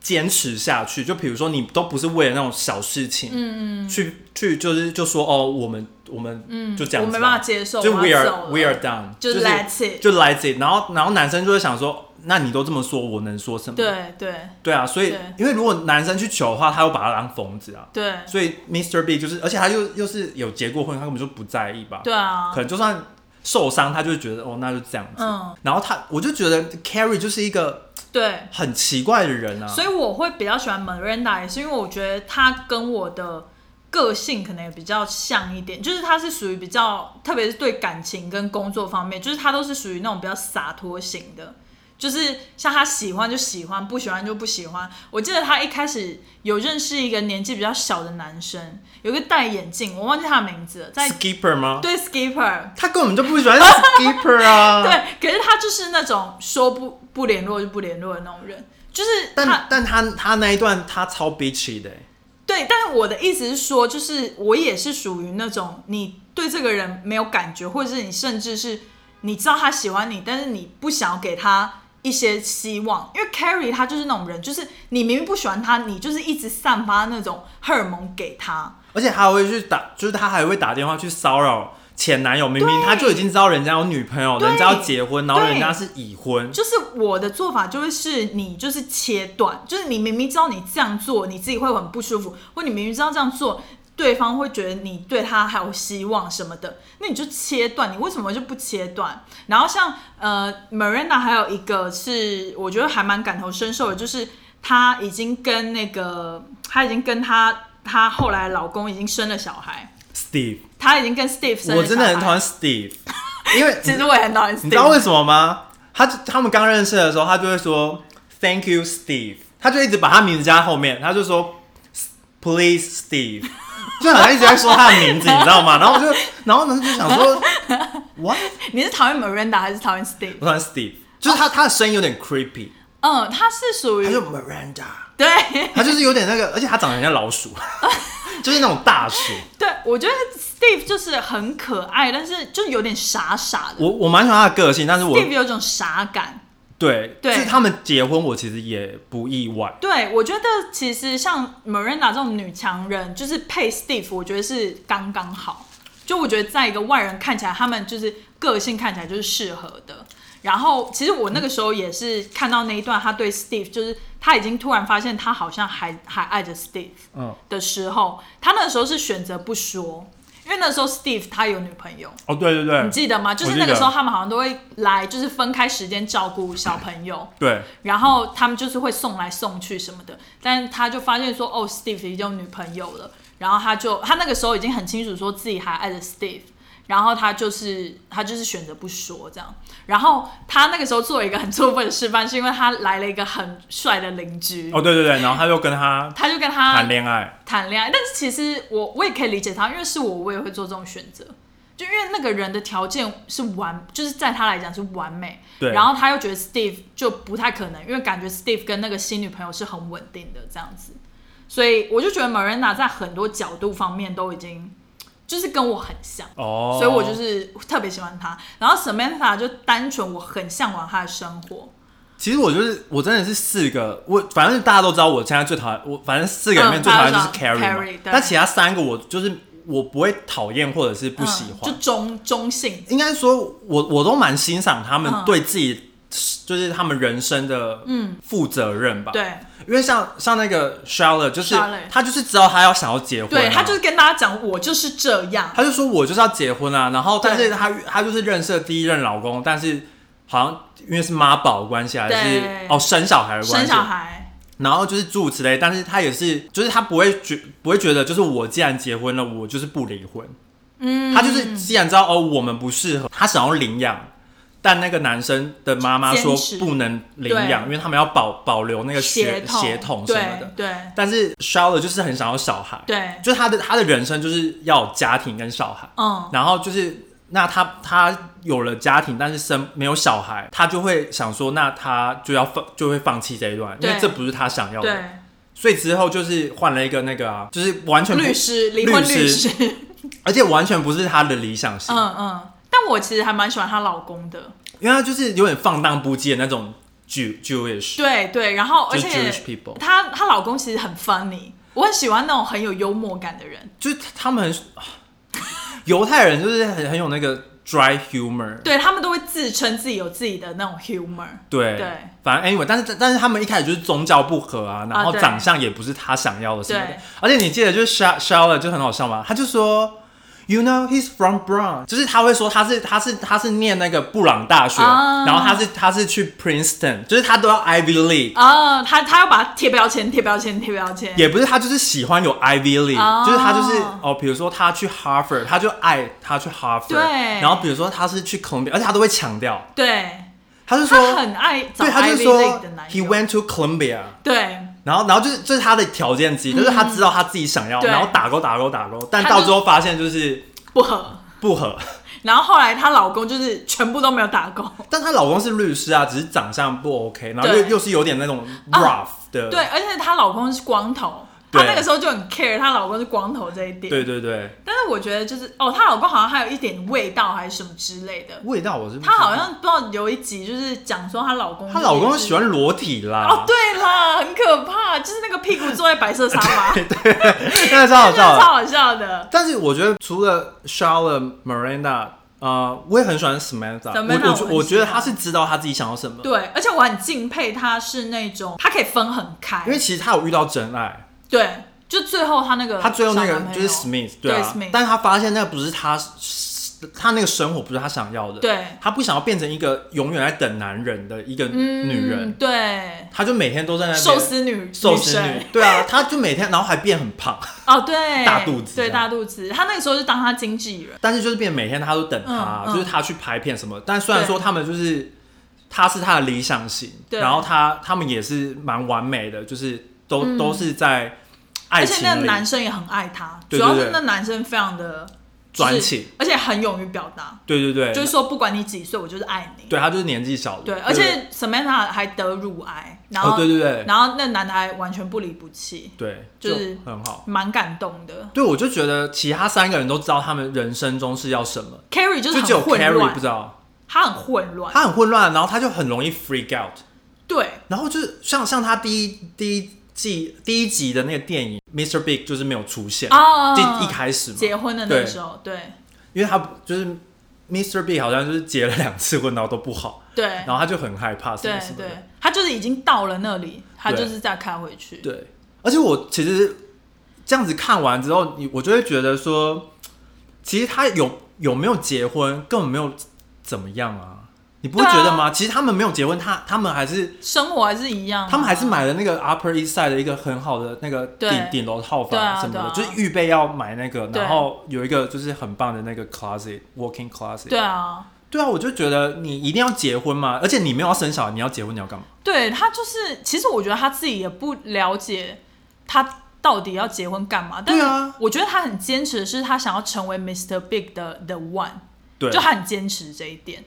[SPEAKER 2] 坚持下去，就比如说你都不是为了那种小事情，嗯嗯，去去就是就说哦，我们我们嗯就这样
[SPEAKER 1] 我
[SPEAKER 2] 子吧，
[SPEAKER 1] 没办法接受
[SPEAKER 2] 就
[SPEAKER 1] 我
[SPEAKER 2] we
[SPEAKER 1] 要
[SPEAKER 2] are
[SPEAKER 1] 走了
[SPEAKER 2] we are done，
[SPEAKER 1] 就是 let's it
[SPEAKER 2] 就 let's it，然后然后男生就会想说，那你都这么说，我能说什么？
[SPEAKER 1] 对对
[SPEAKER 2] 对啊，所以
[SPEAKER 1] 对
[SPEAKER 2] 因为如果男生去求的话，他会把他当疯子啊，
[SPEAKER 1] 对
[SPEAKER 2] 所以 Mr. B 就是，而且他又又是有结过婚，他根本就不在意吧？
[SPEAKER 1] 对、啊
[SPEAKER 2] 可，能就算受伤，他就会觉得哦，那就这样子。
[SPEAKER 1] 嗯
[SPEAKER 2] 然后他，我就觉得 Carrie 就是一个
[SPEAKER 1] 对。
[SPEAKER 2] 很奇怪的人啊。
[SPEAKER 1] 所以我会比较喜欢 Miranda，也是因为我觉得她跟我的个性可能也比较像一点，就是她是属于比较，特别是对感情跟工作方面，就是她都是属于那种比较洒脱型的。就是像她喜欢就喜欢，不喜欢就不喜欢。我记得她一开始有认识一个年纪比较小的男生，有一个戴眼镜，我忘记他的名字了，在
[SPEAKER 2] Skipper 吗？
[SPEAKER 1] 对 Skipper，
[SPEAKER 2] 他根本就不喜欢 Skipper 啊。。
[SPEAKER 1] 对，可是他就是那种说不不联络就不联络的那种人，就是
[SPEAKER 2] 但
[SPEAKER 1] 他
[SPEAKER 2] 但他他那一段他超 bitchy 的欸、
[SPEAKER 1] 对。但是我的意思是说，就是我也是属于那种你对这个人没有感觉，或者是你甚至是你知道他喜欢你，但是你不想要给他一些希望，因为 Carrie 他就是那种人，就是你明明不喜欢他，你就是一直散发那种荷尔蒙给他。
[SPEAKER 2] 而且还会去打，就是他还会打电话去骚扰前男友，明明他就已经知道人家有女朋友，
[SPEAKER 1] 对
[SPEAKER 2] 人家要结婚，然后
[SPEAKER 1] 对
[SPEAKER 2] 人家是已婚，
[SPEAKER 1] 就是我的做法就会是你就是切断，就是你明明知道你这样做你自己会很不舒服，或你明明知道这样做对方会觉得你对他还有希望什么的，那你就切断。你为什么就不切断？然后像呃 Marina 还有一个是我觉得还蛮感同身受的，就是她已经跟那个她已经跟她她后来老公已经生了小孩，
[SPEAKER 2] Steve，
[SPEAKER 1] 她已经跟 Steve 生了小孩。
[SPEAKER 2] 我真的很讨厌 Steve，因为
[SPEAKER 1] 其实我也很讨厌 Steve，
[SPEAKER 2] 你知道为什么吗？他他们刚认识的时候，他就会说 “Thank you, Steve”，他就一直把他名字加在后面，他就说 “Please, Steve”，就 好像一直在说他的名字，你知道吗？然后我就，然后呢就想 说 “What？”
[SPEAKER 1] 你是讨厌 Miranda 还是讨厌 Steve？
[SPEAKER 2] 我说 “Steve”，就是他他的声音有点 creepy，
[SPEAKER 1] 嗯，哦他是属于
[SPEAKER 2] 他就 Miranda，
[SPEAKER 1] 对
[SPEAKER 2] 他就是有点那个，而且他长得很像老鼠， 就是那种大鼠。
[SPEAKER 1] 对，我觉得 Steve 就是很可爱，但是就有点傻傻的。
[SPEAKER 2] 我我蛮喜欢他的个性，但是我
[SPEAKER 1] Steve 有一种傻感。
[SPEAKER 2] 对，
[SPEAKER 1] 对
[SPEAKER 2] 就是他们结婚，我其实也不意外。
[SPEAKER 1] 对，我觉得其实像 Miranda 这种女强人，就是配 Steve，我觉得是刚刚好。就我觉得在一个外人看起来，他们就是个性看起来就是适合的。然后其实我那个时候也是看到那一段，他对 Steve 就是他已经突然发现他好像还还爱着 Steve，
[SPEAKER 2] 嗯，
[SPEAKER 1] 的时候，他那时候是选择不说，因为那时候 Steve 他有女朋友，
[SPEAKER 2] 哦，对对对
[SPEAKER 1] 你，记得吗？就是那个时候他们好像都会来，就是分开时间照顾小朋友，
[SPEAKER 2] 对。
[SPEAKER 1] 然后他们就是会送来送去什么的。但是他就发现说，哦，Steve 已经有女朋友了，然后他就他那个时候已经很清楚说自己还爱着 Steve。然后他就是他就是选择不说这样，然后他那个时候做了一个很过分的示范，是因为他来了一个很帅的邻居，
[SPEAKER 2] 哦，对对对，然后他就跟他
[SPEAKER 1] 他就跟他
[SPEAKER 2] 谈恋爱，
[SPEAKER 1] 谈恋爱，但是其实我我也可以理解他，因为是我，我也会做这种选择。就因为那个人的条件是完，就是在他来讲是完美，
[SPEAKER 2] 对
[SPEAKER 1] 然后他又觉得 Steve 就不太可能，因为感觉 Steve 跟那个新女朋友是很稳定的这样子，所以我就觉得 Marina 在很多角度方面都已经就是跟我很像，
[SPEAKER 2] 哦，
[SPEAKER 1] 所以我就是特别喜欢她。然后 Samantha 就单纯我很向往她的生活，
[SPEAKER 2] 其实我就是我真的是四个，我反正大家都知道，我现在最讨厌我，反正四个里面
[SPEAKER 1] 嗯
[SPEAKER 2] 最讨厌就是
[SPEAKER 1] 大家都
[SPEAKER 2] Carrie
[SPEAKER 1] 知道
[SPEAKER 2] 嘛
[SPEAKER 1] Carrie，对
[SPEAKER 2] 但其他三个我就是我不会讨厌或者是不喜
[SPEAKER 1] 嗯
[SPEAKER 2] 欢，
[SPEAKER 1] 就中中性，
[SPEAKER 2] 应该说我我都蛮欣赏他们
[SPEAKER 1] 嗯
[SPEAKER 2] 对自己就是他们人生的嗯负责任吧。，
[SPEAKER 1] 对，
[SPEAKER 2] 因为像像那个 Charlotte，就是
[SPEAKER 1] Charlotte
[SPEAKER 2] 她就是知道她要想要结婚、啊，
[SPEAKER 1] 对他就是跟大家讲，我就是这样，
[SPEAKER 2] 她就说我就是要结婚啊，然后但
[SPEAKER 1] 对
[SPEAKER 2] 是她她就是认识了第一任老公，但是好像因为是妈宝关系还是
[SPEAKER 1] 对
[SPEAKER 2] 哦生小孩的
[SPEAKER 1] 生
[SPEAKER 2] 关系，
[SPEAKER 1] 小孩，
[SPEAKER 2] 然后就是诸如此类，但是她也是就是她不会觉不会觉得就是我既然结婚了，我就是不离婚，
[SPEAKER 1] 嗯，
[SPEAKER 2] 她就是既然知道哦我们不适合，她想要领养。但那个男生的妈妈说
[SPEAKER 1] 坚持
[SPEAKER 2] 不能领养，
[SPEAKER 1] 对
[SPEAKER 2] 因为他们要保保留那个血
[SPEAKER 1] 血统
[SPEAKER 2] 血统什么的。
[SPEAKER 1] 对
[SPEAKER 2] 但是 Charlotte 就是很想要小孩，
[SPEAKER 1] 对对，
[SPEAKER 2] 就是他的他的人生就是要有家庭跟小孩，
[SPEAKER 1] 嗯，
[SPEAKER 2] 然后就是那他他有了家庭，但是生没有小孩，他就会想说，那他就要放就会放弃这一段，因为
[SPEAKER 1] 对
[SPEAKER 2] 这不是他想要的，
[SPEAKER 1] 对，
[SPEAKER 2] 所以之后就是换了一个那个啊，就是完全不，
[SPEAKER 1] 律师，离婚律
[SPEAKER 2] 律
[SPEAKER 1] 师
[SPEAKER 2] 师，而且完全不是他的理想型，
[SPEAKER 1] 嗯嗯。但我其实还蛮喜欢她老公的，
[SPEAKER 2] 因为他就是有点放荡不羁的那种 Jew Jewish，
[SPEAKER 1] 对对，然后而
[SPEAKER 2] 就是 Jewish
[SPEAKER 1] 且
[SPEAKER 2] people，
[SPEAKER 1] 她她老公其实很 funny，我很喜欢那种很有幽默感的人。
[SPEAKER 2] 就是他们很犹太人就是很很有那个 dry humor，
[SPEAKER 1] 对他们都会自称自己有自己的那种 humor，
[SPEAKER 2] 对
[SPEAKER 1] 对
[SPEAKER 2] 反正 anyway，但是但是他们一开始就是宗教不合啊，然后
[SPEAKER 1] 对
[SPEAKER 2] 长相也不是他想要的什么的
[SPEAKER 1] 对，
[SPEAKER 2] 而且你记得就是 Sha Shella 就很好笑嘛，他就说。You know he's from Brown，就是他会说他是他是他是念那个布朗大学
[SPEAKER 1] 啊
[SPEAKER 2] 然后他是他是去 Princeton，就是他都要 Ivy League，、
[SPEAKER 1] 啊、他他要把它贴标签，贴标签，贴标签，
[SPEAKER 2] 也不是他就是喜欢有 Ivy League，、
[SPEAKER 1] 哦
[SPEAKER 2] 就是他就是哦，比如说他去 Harvard，他就爱他去 Harvard，
[SPEAKER 1] 对
[SPEAKER 2] 然后比如说他是去 Columbia，而且他都会强调，
[SPEAKER 1] 对，
[SPEAKER 2] 他就
[SPEAKER 1] 他
[SPEAKER 2] 说，
[SPEAKER 1] 很爱找
[SPEAKER 2] 对，他就
[SPEAKER 1] Ivy
[SPEAKER 2] 说
[SPEAKER 1] League 的男
[SPEAKER 2] he
[SPEAKER 1] 友，
[SPEAKER 2] went to Columbia，
[SPEAKER 1] 对，
[SPEAKER 2] 然后，然后就是这、是他的条件之一，就是他知道他自己想要，
[SPEAKER 1] 嗯对
[SPEAKER 2] 然后打勾打勾打勾，但
[SPEAKER 1] 他就
[SPEAKER 2] 到最后发现就是
[SPEAKER 1] 不合。
[SPEAKER 2] 不合。
[SPEAKER 1] 然后后来她老公就是全部都没有打勾，
[SPEAKER 2] 但她老公是律师啊，只是长相不 OK，然后又
[SPEAKER 1] 对
[SPEAKER 2] 又是有点那种
[SPEAKER 1] 啊
[SPEAKER 2] rough 的，
[SPEAKER 1] 对，而且她老公是光头，她
[SPEAKER 2] 呃对
[SPEAKER 1] 那个时候就很 care 她老公是光头这一点。
[SPEAKER 2] 对对对，
[SPEAKER 1] 但是我觉得就是哦，她老公好像还有一点味道还是什么之类的。
[SPEAKER 2] 味道我是不
[SPEAKER 1] 她好
[SPEAKER 2] 知道
[SPEAKER 1] 像不知道有一集就是讲说她老公，
[SPEAKER 2] 她老公喜欢啊裸体啦，
[SPEAKER 1] 哦，对啦，很可怕，就是那个屁股坐在白色沙发，真的
[SPEAKER 2] 对，那个超好笑
[SPEAKER 1] 超
[SPEAKER 2] 的。
[SPEAKER 1] 好笑的。
[SPEAKER 2] 但是我觉得除了 Charlotte Miranda，呃，我也很喜欢 Samantha，
[SPEAKER 1] Samantha
[SPEAKER 2] 我我
[SPEAKER 1] 我
[SPEAKER 2] 觉
[SPEAKER 1] 很
[SPEAKER 2] 我觉
[SPEAKER 1] 喜
[SPEAKER 2] 得
[SPEAKER 1] 欢
[SPEAKER 2] 她是知道她自己想要什么，
[SPEAKER 1] 对，而且我很敬佩她是那种她可以分很开，
[SPEAKER 2] 因为其实她有遇到真爱。
[SPEAKER 1] 对，就最后她那个
[SPEAKER 2] 他最后那
[SPEAKER 1] 呃小
[SPEAKER 2] 个
[SPEAKER 1] 男朋
[SPEAKER 2] 就
[SPEAKER 1] 友
[SPEAKER 2] 是 Smith，对啊，
[SPEAKER 1] 对，Smith
[SPEAKER 2] 但是他发现那个不是他，他那个生活不是他想要的，
[SPEAKER 1] 对
[SPEAKER 2] 他不想要变成一个永远在等男人的一个
[SPEAKER 1] 嗯
[SPEAKER 2] 女人，
[SPEAKER 1] 对
[SPEAKER 2] 他就每天都在那边
[SPEAKER 1] 寿司女
[SPEAKER 2] 寿司
[SPEAKER 1] 女
[SPEAKER 2] 女
[SPEAKER 1] 神，
[SPEAKER 2] 对啊，他就每天然后还变很胖，
[SPEAKER 1] 哦对
[SPEAKER 2] 大肚子
[SPEAKER 1] 对
[SPEAKER 2] 这样
[SPEAKER 1] 大肚子，她那个时候就当她经纪人，
[SPEAKER 2] 但是就是变每天他都等
[SPEAKER 1] 嗯
[SPEAKER 2] 他，
[SPEAKER 1] 嗯
[SPEAKER 2] 就是他去拍片什么，但虽然
[SPEAKER 1] 对
[SPEAKER 2] 说他们就是他是他的理想型，
[SPEAKER 1] 对
[SPEAKER 2] 然后他他们也是蛮完美的，就是都、都是在爱
[SPEAKER 1] 嗯而且
[SPEAKER 2] 情
[SPEAKER 1] 那个
[SPEAKER 2] 里
[SPEAKER 1] 男生也很爱她，主
[SPEAKER 2] 对
[SPEAKER 1] 要
[SPEAKER 2] 对
[SPEAKER 1] 是
[SPEAKER 2] 对
[SPEAKER 1] 那男生非常的
[SPEAKER 2] 专
[SPEAKER 1] 就是
[SPEAKER 2] 情，
[SPEAKER 1] 而且很勇于表达，
[SPEAKER 2] 对对对，
[SPEAKER 1] 就是说不管你几岁，我就是爱你。
[SPEAKER 2] 对他就是年纪小的，
[SPEAKER 1] 对，而且 Samantha 还得乳癌，然后、
[SPEAKER 2] 哦对对对，
[SPEAKER 1] 然后那男的还完全不离不弃，
[SPEAKER 2] 对，
[SPEAKER 1] 就是
[SPEAKER 2] 很好。
[SPEAKER 1] 蛮感动的。
[SPEAKER 2] 对，我就觉得其他三个人都知道他们人生中是要什么，
[SPEAKER 1] Carrie 就是
[SPEAKER 2] 就只有
[SPEAKER 1] 很混
[SPEAKER 2] Carrie 不
[SPEAKER 1] 乱
[SPEAKER 2] 知，道，
[SPEAKER 1] 他很混乱，
[SPEAKER 2] 他很混乱，然后他就很容易 freak out，
[SPEAKER 1] 对
[SPEAKER 2] 然后就是像像他第一第一季第一集的那个电影 Mr. Big 就是没有出现，
[SPEAKER 1] 啊，
[SPEAKER 2] 第一开始嘛，
[SPEAKER 1] 结婚的那个时候，对
[SPEAKER 2] 因为他就是 Mr. Big 好像就是结了两次婚，然后都不好，
[SPEAKER 1] 对
[SPEAKER 2] 然后他就很害怕什么什
[SPEAKER 1] 对
[SPEAKER 2] 么的，
[SPEAKER 1] 对，他就是已经到了那里，他
[SPEAKER 2] 对
[SPEAKER 1] 就是再开回去，
[SPEAKER 2] 对，而且我其实这样子看完之后，你我就会觉得说，其实他有有没有结婚根本没有怎么样啊，你不会
[SPEAKER 1] 对啊
[SPEAKER 2] 觉得吗？其实他们没有结婚，他他们还是
[SPEAKER 1] 生活还是一样啊，
[SPEAKER 2] 他们还是买了那个 Upper East Side 的一个很好的那个
[SPEAKER 1] 对
[SPEAKER 2] 顶顶楼套
[SPEAKER 1] 对啊
[SPEAKER 2] 房什么
[SPEAKER 1] 对
[SPEAKER 2] 的，
[SPEAKER 1] 啊
[SPEAKER 2] 就是预备要买那个，
[SPEAKER 1] 对
[SPEAKER 2] 然后有一个就是很棒的那个 closet walking closet。
[SPEAKER 1] 对啊，
[SPEAKER 2] 对啊，我就觉得你一定要结婚嘛，而且你没有要生小孩，你要结婚你要干嘛？
[SPEAKER 1] 对他就是，其实我觉得他自己也不了解他到底要结婚干嘛，但
[SPEAKER 2] 对
[SPEAKER 1] 是
[SPEAKER 2] 啊
[SPEAKER 1] 我觉得他很坚持的是他想要成为 Mr. Big 的 The One，
[SPEAKER 2] 对
[SPEAKER 1] 就，他很坚持这一点。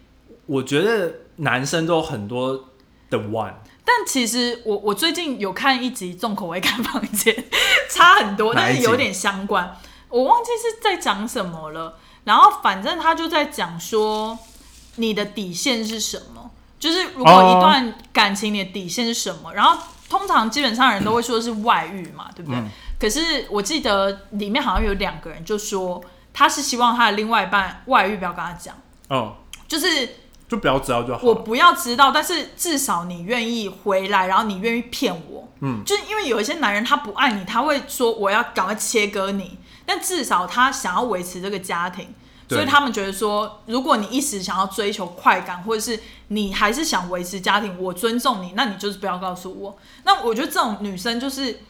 [SPEAKER 2] 我觉得男生都有很多的 one。
[SPEAKER 1] 但其实我我最近有看一集《重口味看房间》， 差很多，
[SPEAKER 2] 哪
[SPEAKER 1] 但
[SPEAKER 2] 一集
[SPEAKER 1] 是有点相关。我忘记是在讲什么了。然后反正他就在讲说，你的底线是什么？就是如果
[SPEAKER 2] 哦
[SPEAKER 1] 一段感情你的底线是什么？然后通常基本上人都会说是外遇嘛，对
[SPEAKER 2] 嗯
[SPEAKER 1] 不对？可是我记得里面好像有两个人就说，他是希望他的另外一半外遇不要跟他讲，
[SPEAKER 2] 哦，
[SPEAKER 1] 就是
[SPEAKER 2] 就不要知道就好
[SPEAKER 1] 我
[SPEAKER 2] 了。
[SPEAKER 1] 不要知道，但是至少你愿意回来，然后你愿意骗我，嗯，就是因为有一些男人他不爱你，他会说我要赶快切割你，但至少他想要维持这个家庭，
[SPEAKER 2] 对
[SPEAKER 1] 所以他们觉得说，如果你一时想要追求快感，或者是你还是想维持家庭，我尊重你，那你就是不要告诉我。那我觉得这种女生就是。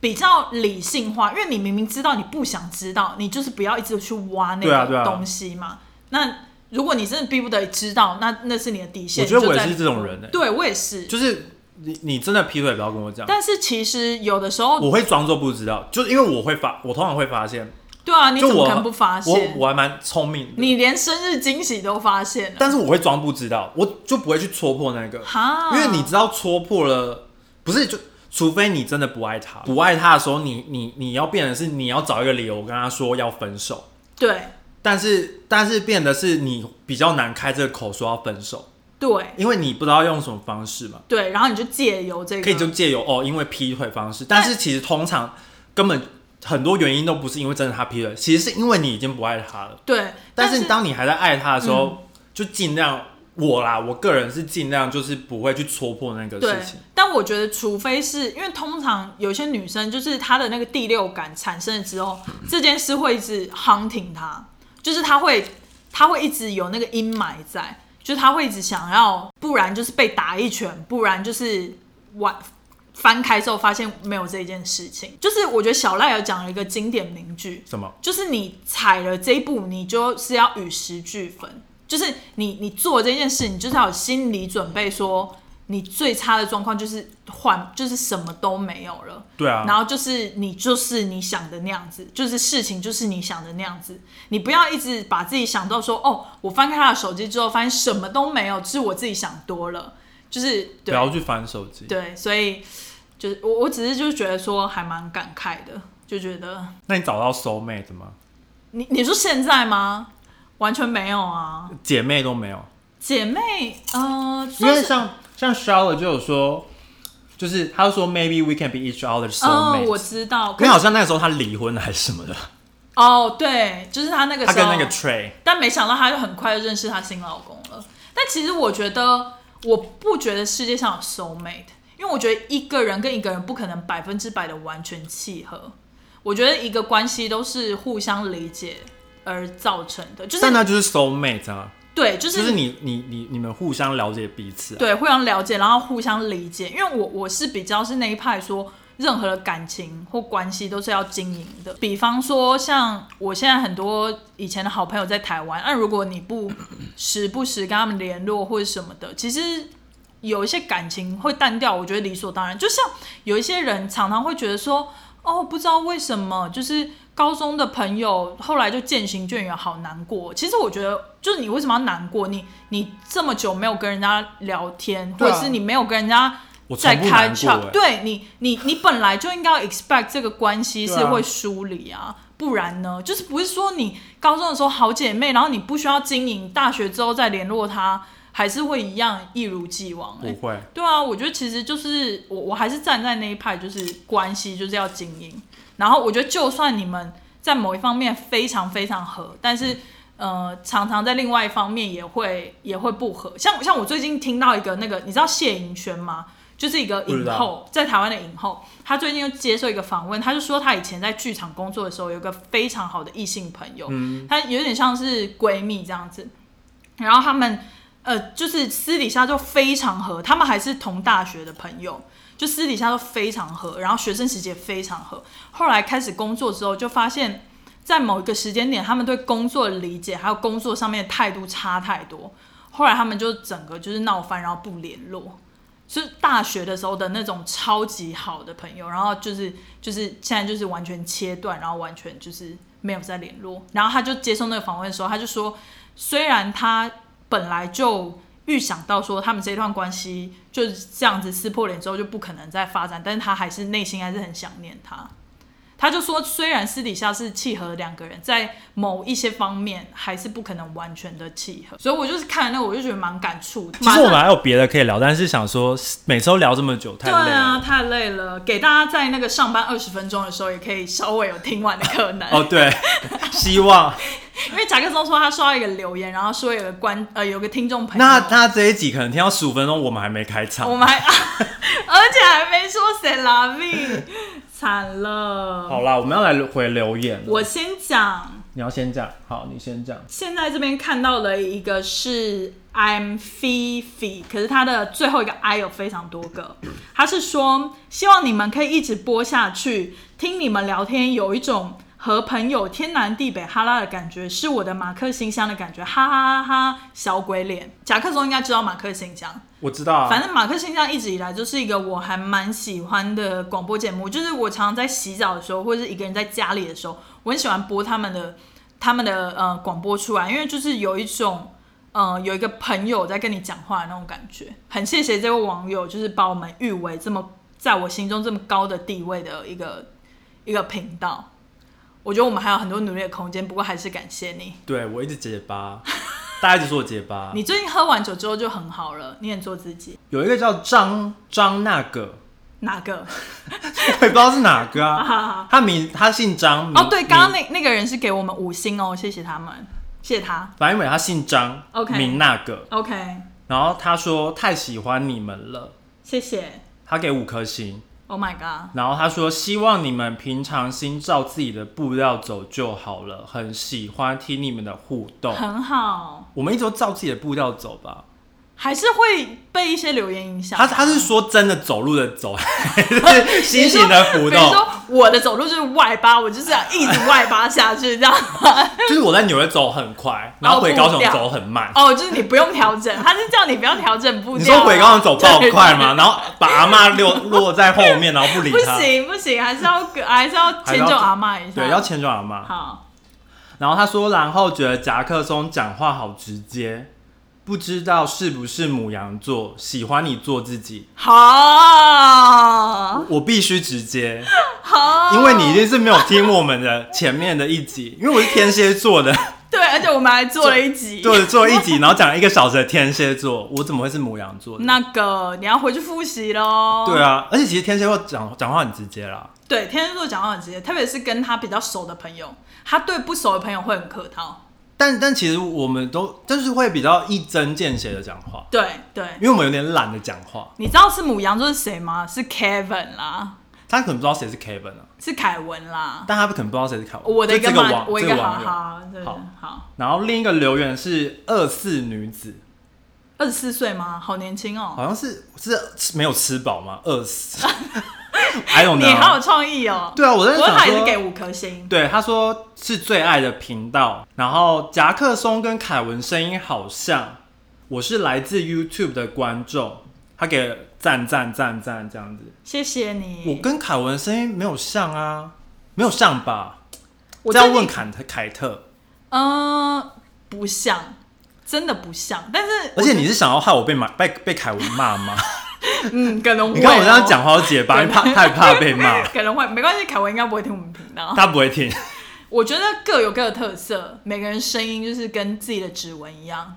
[SPEAKER 1] 比较理性化，因为你明明知道你不想知道，你就是不要一直去挖那
[SPEAKER 2] 对啊对
[SPEAKER 1] 个
[SPEAKER 2] 啊
[SPEAKER 1] 东西嘛。那如果你真的逼不得已知道，那那是你的底线。
[SPEAKER 2] 我觉得我也
[SPEAKER 1] 就在
[SPEAKER 2] 是这种人欸
[SPEAKER 1] 对我也是。
[SPEAKER 2] 就是你你真的劈腿不要跟我讲，
[SPEAKER 1] 但是其实有的时候，
[SPEAKER 2] 我会装作不知道，就是因为我会发，我通常会发现，
[SPEAKER 1] 对啊，你
[SPEAKER 2] 就
[SPEAKER 1] 怎么
[SPEAKER 2] 我
[SPEAKER 1] 可能不发现？
[SPEAKER 2] 我我还蛮聪明的，
[SPEAKER 1] 你连生日惊喜都发现了，
[SPEAKER 2] 但是我会装不知道，我就不会去戳破那个，
[SPEAKER 1] 哈？
[SPEAKER 2] 因为你知道戳破了，不是就除非你真的不爱他，不爱他的时候，你你你要变的是你要找一个理由跟他说要分手，
[SPEAKER 1] 对
[SPEAKER 2] 但是但是变的是你比较难开这个口说要分手，
[SPEAKER 1] 对
[SPEAKER 2] 因为你不知道用什么方式嘛，
[SPEAKER 1] 对，然后你就借由这个，
[SPEAKER 2] 可以就借由哦，因为劈腿方式，但是其实通常根本很多原因都不是因为真的他劈腿，其实是因为你已经不爱他了。
[SPEAKER 1] 对，
[SPEAKER 2] 但
[SPEAKER 1] 是嗯
[SPEAKER 2] 是当你还在爱他的时候，就尽量我啦，我个人是尽量就是不会去戳破那个
[SPEAKER 1] 对
[SPEAKER 2] 事情。，
[SPEAKER 1] 但我觉得，除非是因为通常有些女生就是她的那个第六感产生了之后，这件事会一直 hunting 她，就是她会，她会一直有那个阴霾在，就是她会一直想要，不然就是被打一拳，不然就是玩翻开之后发现没有这件事情。就是我觉得小赖有讲了一个经典名句，
[SPEAKER 2] 什么？
[SPEAKER 1] 就是你踩了这一步，你就是要与时俱焚。就是你你做这件事，你就是要有心理准备说你最差的状况就是换，就是什么都没有了。
[SPEAKER 2] 对啊，
[SPEAKER 1] 然后就是你就是你想的那样子，就是事情就是你想的那样子，你不要一直把自己想到说哦，我翻开他的手机之后发现什么都没有，是我自己想多了，就是
[SPEAKER 2] 不
[SPEAKER 1] 对
[SPEAKER 2] 要去翻手机。
[SPEAKER 1] 对，所以就是我我只是就是觉得说还蛮感慨的，就觉得
[SPEAKER 2] 那你找到 soul mate 吗？
[SPEAKER 1] 你你说现在吗？完全没有啊，
[SPEAKER 2] 姐妹都没有，
[SPEAKER 1] 姐妹，呃，
[SPEAKER 2] 因
[SPEAKER 1] 算
[SPEAKER 2] 为
[SPEAKER 1] 是
[SPEAKER 2] 像像 Charlotte 就有说，就是他说 maybe we can be each other
[SPEAKER 1] 哦
[SPEAKER 2] soul，
[SPEAKER 1] 我
[SPEAKER 2] mate。
[SPEAKER 1] 知道，
[SPEAKER 2] 因为
[SPEAKER 1] 可
[SPEAKER 2] 好
[SPEAKER 1] 是
[SPEAKER 2] 像那个时候他离婚了还是什么的，
[SPEAKER 1] 哦，对，就是他那个时
[SPEAKER 2] 他
[SPEAKER 1] 候，
[SPEAKER 2] 跟那个 Trey，
[SPEAKER 1] 但没想到他就很快就认识他新老公了。但其实我觉得，我不觉得世界上有 soul mate，因为我觉得一个人跟一个人不可能百分之百的完全契合。我觉得一个关系都是互相理解而造成的，就是
[SPEAKER 2] 但那就是 soul mate 啊，
[SPEAKER 1] 对，就
[SPEAKER 2] 就是你你你你们互相了解彼此、啊，
[SPEAKER 1] 对，互相了解，然后互相理解。因为我我是比较是那一派说，任何的感情或关系都是要经营的。比方说，像我现在很多以前的好朋友在台湾，那如果你不 时不时跟他们联络或者什么的，其实有一些感情会淡掉，我觉得理所当然。就像有一些人常常会觉得说，哦，不知道为什么，就是高中的朋友后来就渐行渐远，好难过。其实我觉得，就是你为什么要难过？你你这么久没有跟人家聊天，或
[SPEAKER 2] 对啊
[SPEAKER 1] 者是你没有跟人家
[SPEAKER 2] 我从
[SPEAKER 1] 在
[SPEAKER 2] 不
[SPEAKER 1] 开
[SPEAKER 2] 难过、
[SPEAKER 1] 窍，
[SPEAKER 2] 欸，
[SPEAKER 1] 对你你你本来就应该要 expect 这个关系是
[SPEAKER 2] 对啊
[SPEAKER 1] 会梳理啊。不然呢？就是不是说你高中的时候好姐妹，然后你不需要经营，大学之后再联络她，还是会一样一如既往、欸
[SPEAKER 2] 不。会。
[SPEAKER 1] 对啊，我觉得其实就是我我还是站在那一派，就是关系就是要经营。然后我觉得，就算你们在某一方面非常非常合，但是呃，常常在另外一方面也会也会不合。像像我最近听到一个那个，你知道谢盈萱吗？就是一个
[SPEAKER 2] 不知
[SPEAKER 1] 影
[SPEAKER 2] 道
[SPEAKER 1] 后，在台湾的影后，她最近又接受一个访问，她就说她以前在剧场工作的时候，有一个非常好的异性朋友，
[SPEAKER 2] 嗯
[SPEAKER 1] 她有点像是闺蜜这样子。然后他们呃，就是私底下就非常合，他们还是同大学的朋友，就私底下都非常合，然后学生时期也非常合。后来开始工作之后，就发现，在某一个时间点，他们对工作的理解还有工作上面的态度差太多。后来他们就整个就是闹翻，然后不联络。就是大学的时候的那种超级好的朋友，然后就是就是现在就是完全切断，然后完全就是没有再联络。然后他就接受那个访问的时候，他就说，虽然他本来就预想到说他们这段关系就是这样子撕破脸之后就不可能再发展，但是他还是内心还是很想念他。他就说，虽然私底下是契合的两个人，在某一些方面还是不可能完全的契合，所以我就是看了那个我就觉得蛮感触的。
[SPEAKER 2] 其实我
[SPEAKER 1] 马上
[SPEAKER 2] 们还有别的可以聊，但是想说每次都聊这么久太累
[SPEAKER 1] 对啊，
[SPEAKER 2] 了。
[SPEAKER 1] 太累了。给大家在
[SPEAKER 2] 哦
[SPEAKER 1] 那个上班二十分钟的时候，也可以稍微有听完的可能。
[SPEAKER 2] 哦，对，希望
[SPEAKER 1] 因为甲克松说他收到一个留言，然后说有个观呃有个听众朋友，
[SPEAKER 2] 那那这一集可能听到十五分钟，我们还没开场，
[SPEAKER 1] 我们还、而且还没说谁拉命，惨了。
[SPEAKER 2] 好啦，我们要来回留言了。
[SPEAKER 1] 我先讲，
[SPEAKER 2] 你要先讲，好，你先讲。
[SPEAKER 1] 现在这边看到了一个是 I'm Fifi，可是它的最后一个 I 有非常多个。他是说希望你们可以一直播下去，听你们聊天有一种和朋友天南地北哈拉的感觉，是我的马克信箱的感觉，哈哈哈哈！小鬼脸，甲克松应该知道马克信箱。
[SPEAKER 2] 我知道啊，
[SPEAKER 1] 反正马克信箱一直以来就是一个我还蛮喜欢的广播节目，就是我常常在洗澡的时候，或者是一个人在家里的时候，我很喜欢播他们的他们的呃广播出来，因为就是有一种呃有一个朋友在跟你讲话的那种感觉。很谢谢这位网友，就是把我们誉为这么在我心中这么高的地位的一个一个频道。我觉得我们还有很多努力的空间，不过还是感谢你。
[SPEAKER 2] 对我一直结巴， 大家一直说我结巴。
[SPEAKER 1] 你最近喝完酒之后就很好了，你很做自己。
[SPEAKER 2] 有一个叫张张那个，
[SPEAKER 1] 哪个？
[SPEAKER 2] 我也不知道是哪个
[SPEAKER 1] 哈
[SPEAKER 2] 啊。
[SPEAKER 1] 哈哈。
[SPEAKER 2] 他名他姓张，
[SPEAKER 1] 哦，
[SPEAKER 2] 名
[SPEAKER 1] 对，刚刚
[SPEAKER 2] 名
[SPEAKER 1] 那那个人是给我们五星哦，谢谢他们，谢谢他。
[SPEAKER 2] 反正因为他姓张
[SPEAKER 1] OK
[SPEAKER 2] 名那个。
[SPEAKER 1] OK，
[SPEAKER 2] 然后他说太喜欢你们了，
[SPEAKER 1] 谢谢。
[SPEAKER 2] 他给五颗星。
[SPEAKER 1] Oh my god，
[SPEAKER 2] 然后他说希望你们平常心照自己的步调走就好了，很喜欢听你们的互动。
[SPEAKER 1] 很好，
[SPEAKER 2] 我们一直都照自己的步调走吧。
[SPEAKER 1] 还是会被一些留言影响。
[SPEAKER 2] 他他是说真的走路的走，还是心情的浮
[SPEAKER 1] 比如
[SPEAKER 2] 动？
[SPEAKER 1] 说我的走路就是外八，我就是要一直外八下去这样。
[SPEAKER 2] 就是我在纽约走很快，然后回高雄走很慢。
[SPEAKER 1] 哦，就是你不用调整，他是叫你不要调整步
[SPEAKER 2] 你
[SPEAKER 1] 调啊。
[SPEAKER 2] 说回高雄走爆快
[SPEAKER 1] 对？
[SPEAKER 2] 吗？然后把阿妈落落在后面，然后不理
[SPEAKER 1] 不
[SPEAKER 2] 他。
[SPEAKER 1] 行不行，还是要还是要
[SPEAKER 2] 还是
[SPEAKER 1] 迁
[SPEAKER 2] 要
[SPEAKER 1] 就阿嬷一下。
[SPEAKER 2] 对，要迁就阿妈。
[SPEAKER 1] 好，
[SPEAKER 2] 然后他说，然后觉得夹克松讲话好直接，不知道是不是母羊座，喜欢你做自己，
[SPEAKER 1] 好，
[SPEAKER 2] 我必须直接，
[SPEAKER 1] 好，
[SPEAKER 2] 因为你一定是没有听我们的前面的一集，因为我是天蝎座的，
[SPEAKER 1] 对，而且我们还 做了一集。
[SPEAKER 2] 做做一集，然后讲了一个小时的天蝎座，我怎么会是母羊座的？
[SPEAKER 1] 那个你要回去复习喽。
[SPEAKER 2] 对啊，而且其实天蝎座讲讲话很直接啦，
[SPEAKER 1] 对，天蝎座讲话很直接，特别是跟他比较熟的朋友，他对不熟的朋友会很客套。
[SPEAKER 2] 但但其实我们都就是会比较一针见血的讲话，
[SPEAKER 1] 对对
[SPEAKER 2] 因，为我们有点懒得讲话，
[SPEAKER 1] 你知道是母羊座是谁吗？是 Kevin 啦，
[SPEAKER 2] 他可能不知道谁是 Kevin 啊，
[SPEAKER 1] 是凯文啦。
[SPEAKER 2] 但他可能不知道谁是凯文，
[SPEAKER 1] 我的一
[SPEAKER 2] 就
[SPEAKER 1] 个
[SPEAKER 2] 这个
[SPEAKER 1] 妈
[SPEAKER 2] 网
[SPEAKER 1] 我一
[SPEAKER 2] 这个
[SPEAKER 1] 好
[SPEAKER 2] 网友。
[SPEAKER 1] 好对
[SPEAKER 2] 好
[SPEAKER 1] 好，
[SPEAKER 2] 然后另一个留言是二四女子，
[SPEAKER 1] 二十四岁吗？好年轻哦、
[SPEAKER 2] 好像是是没有吃饱吗？二 四，I don't
[SPEAKER 1] 你好
[SPEAKER 2] know。
[SPEAKER 1] 有创意哦、
[SPEAKER 2] 啊对啊，我在
[SPEAKER 1] 不过
[SPEAKER 2] 想
[SPEAKER 1] 他也是给
[SPEAKER 2] 说，
[SPEAKER 1] 五颗星。
[SPEAKER 2] 对他说是最爱的频道。然后夹克松跟凯文声音好像，我是来自 YouTube 的观众，他给赞赞赞赞这样子。
[SPEAKER 1] 谢谢
[SPEAKER 2] 我
[SPEAKER 1] 你。
[SPEAKER 2] 跟凯文声音没有像啊，没有像吧？
[SPEAKER 1] 我
[SPEAKER 2] 这要
[SPEAKER 1] 最近
[SPEAKER 2] 问凯特凯特，
[SPEAKER 1] 嗯、不像，真的不像。但是
[SPEAKER 2] 而且你是想要害我被骂被被凯文骂 吗？
[SPEAKER 1] 嗯，可能
[SPEAKER 2] 你看我
[SPEAKER 1] 会
[SPEAKER 2] 这样
[SPEAKER 1] 哦
[SPEAKER 2] 讲话结巴，因为怕害怕被 骂。
[SPEAKER 1] 可能会没关系，凯文应该不会听我们频道。
[SPEAKER 2] 他不会听。
[SPEAKER 1] 我觉得各有各的特色，每个人声音就是跟自己的指纹一样。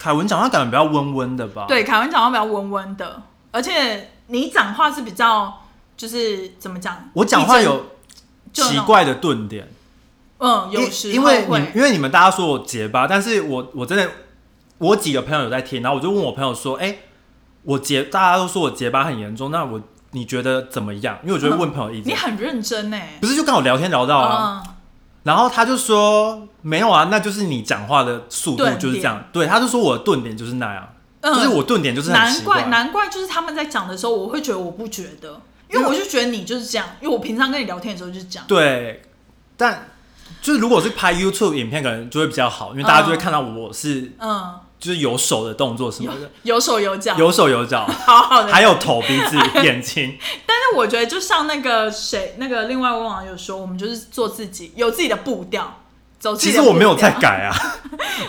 [SPEAKER 2] 凯文讲话感觉比较温温的吧？，
[SPEAKER 1] 对，凯文讲话比较温温的，而且你讲话是比较就是怎么讲？
[SPEAKER 2] 我讲话有
[SPEAKER 1] 就那种
[SPEAKER 2] 奇怪的顿点，
[SPEAKER 1] 嗯，有时
[SPEAKER 2] 因因
[SPEAKER 1] 候
[SPEAKER 2] 为
[SPEAKER 1] 会
[SPEAKER 2] 你因为你们大家说我结巴，但是我我真的我几个朋友有在听，然后我就问我朋友说，哎、我结大家都说我结巴很严重，那我你觉得怎么样？因为我觉得问朋友意
[SPEAKER 1] 你
[SPEAKER 2] 见，
[SPEAKER 1] 很认真呢、
[SPEAKER 2] 不是就跟我聊天聊到啊，
[SPEAKER 1] 嗯，
[SPEAKER 2] 然后他就说没有啊，那就是你讲话的速度
[SPEAKER 1] 顿
[SPEAKER 2] 就是这样，对，他就说我的顿点就是那样，
[SPEAKER 1] 嗯
[SPEAKER 2] 就是我顿点就是很
[SPEAKER 1] 难
[SPEAKER 2] 奇
[SPEAKER 1] 怪难怪，就是他们在讲的时候，我会觉得我不觉得，因为我就觉得你就是这样，因为我平常跟你聊天的时候就是这样。
[SPEAKER 2] 对，但就是如果是拍 YouTube 影片，可能就会比较好，因为大家就会
[SPEAKER 1] 嗯
[SPEAKER 2] 看到我是
[SPEAKER 1] 嗯，
[SPEAKER 2] 就是有手的动作什么
[SPEAKER 1] 有
[SPEAKER 2] 的，
[SPEAKER 1] 有手有脚，
[SPEAKER 2] 有手有 脚，
[SPEAKER 1] 好好的
[SPEAKER 2] 还有头、鼻子、眼 睛。
[SPEAKER 1] 但是我觉得，就像那个谁，那个另外一位网友说，我们就是做自己，有自己的步调，走自
[SPEAKER 2] 其
[SPEAKER 1] 己
[SPEAKER 2] 实
[SPEAKER 1] 的步调。
[SPEAKER 2] 我没有在改啊，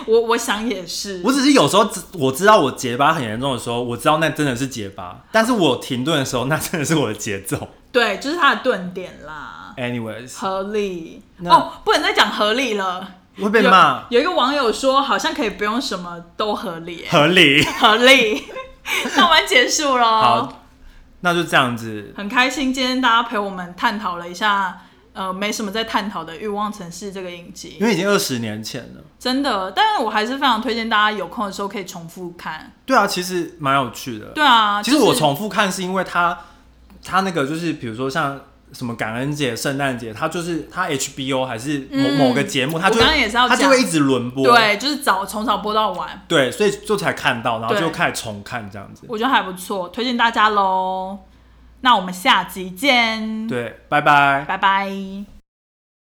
[SPEAKER 1] 我我想也是，
[SPEAKER 2] 我只是有时候知我知道我结巴很严重的时候，我知道那真的是结巴，但是我停顿的时候，那真的是我的节奏。
[SPEAKER 1] 对，就是他的顿点啦，
[SPEAKER 2] Anyways，
[SPEAKER 1] 合理
[SPEAKER 2] 那
[SPEAKER 1] 哦，不能再讲合理了，
[SPEAKER 2] 会被骂
[SPEAKER 1] 有。有一个网友说，好像可以不用什么都合理 耶，
[SPEAKER 2] 合理。
[SPEAKER 1] 合理。 那我们结束喽，
[SPEAKER 2] 好，那就这样子。
[SPEAKER 1] 很开心今天大家陪我们探讨了一下呃没什么在探讨的《欲望城市》这个影集
[SPEAKER 2] 因，为已经二十年前了。
[SPEAKER 1] 真的，但是我还是非常推荐大家有空的时候可以重复看。
[SPEAKER 2] 对啊，其实蛮有趣的。
[SPEAKER 1] 对啊，
[SPEAKER 2] 其实
[SPEAKER 1] 就是
[SPEAKER 2] 我重复看是因为它，它那个就是比如说像什么感恩节、圣诞节，它就是它 HBO 还是某、
[SPEAKER 1] 嗯
[SPEAKER 2] 某个节目，它就
[SPEAKER 1] 我刚刚也是要
[SPEAKER 2] 它就
[SPEAKER 1] 讲
[SPEAKER 2] 会一直轮播。
[SPEAKER 1] 对，就是早从早播到晚，
[SPEAKER 2] 对，所以就才看到，然后
[SPEAKER 1] 对
[SPEAKER 2] 就开始重看这样子。
[SPEAKER 1] 我觉得还不错，推荐大家喽。那我们下集见，
[SPEAKER 2] 对，拜拜。
[SPEAKER 1] 拜拜。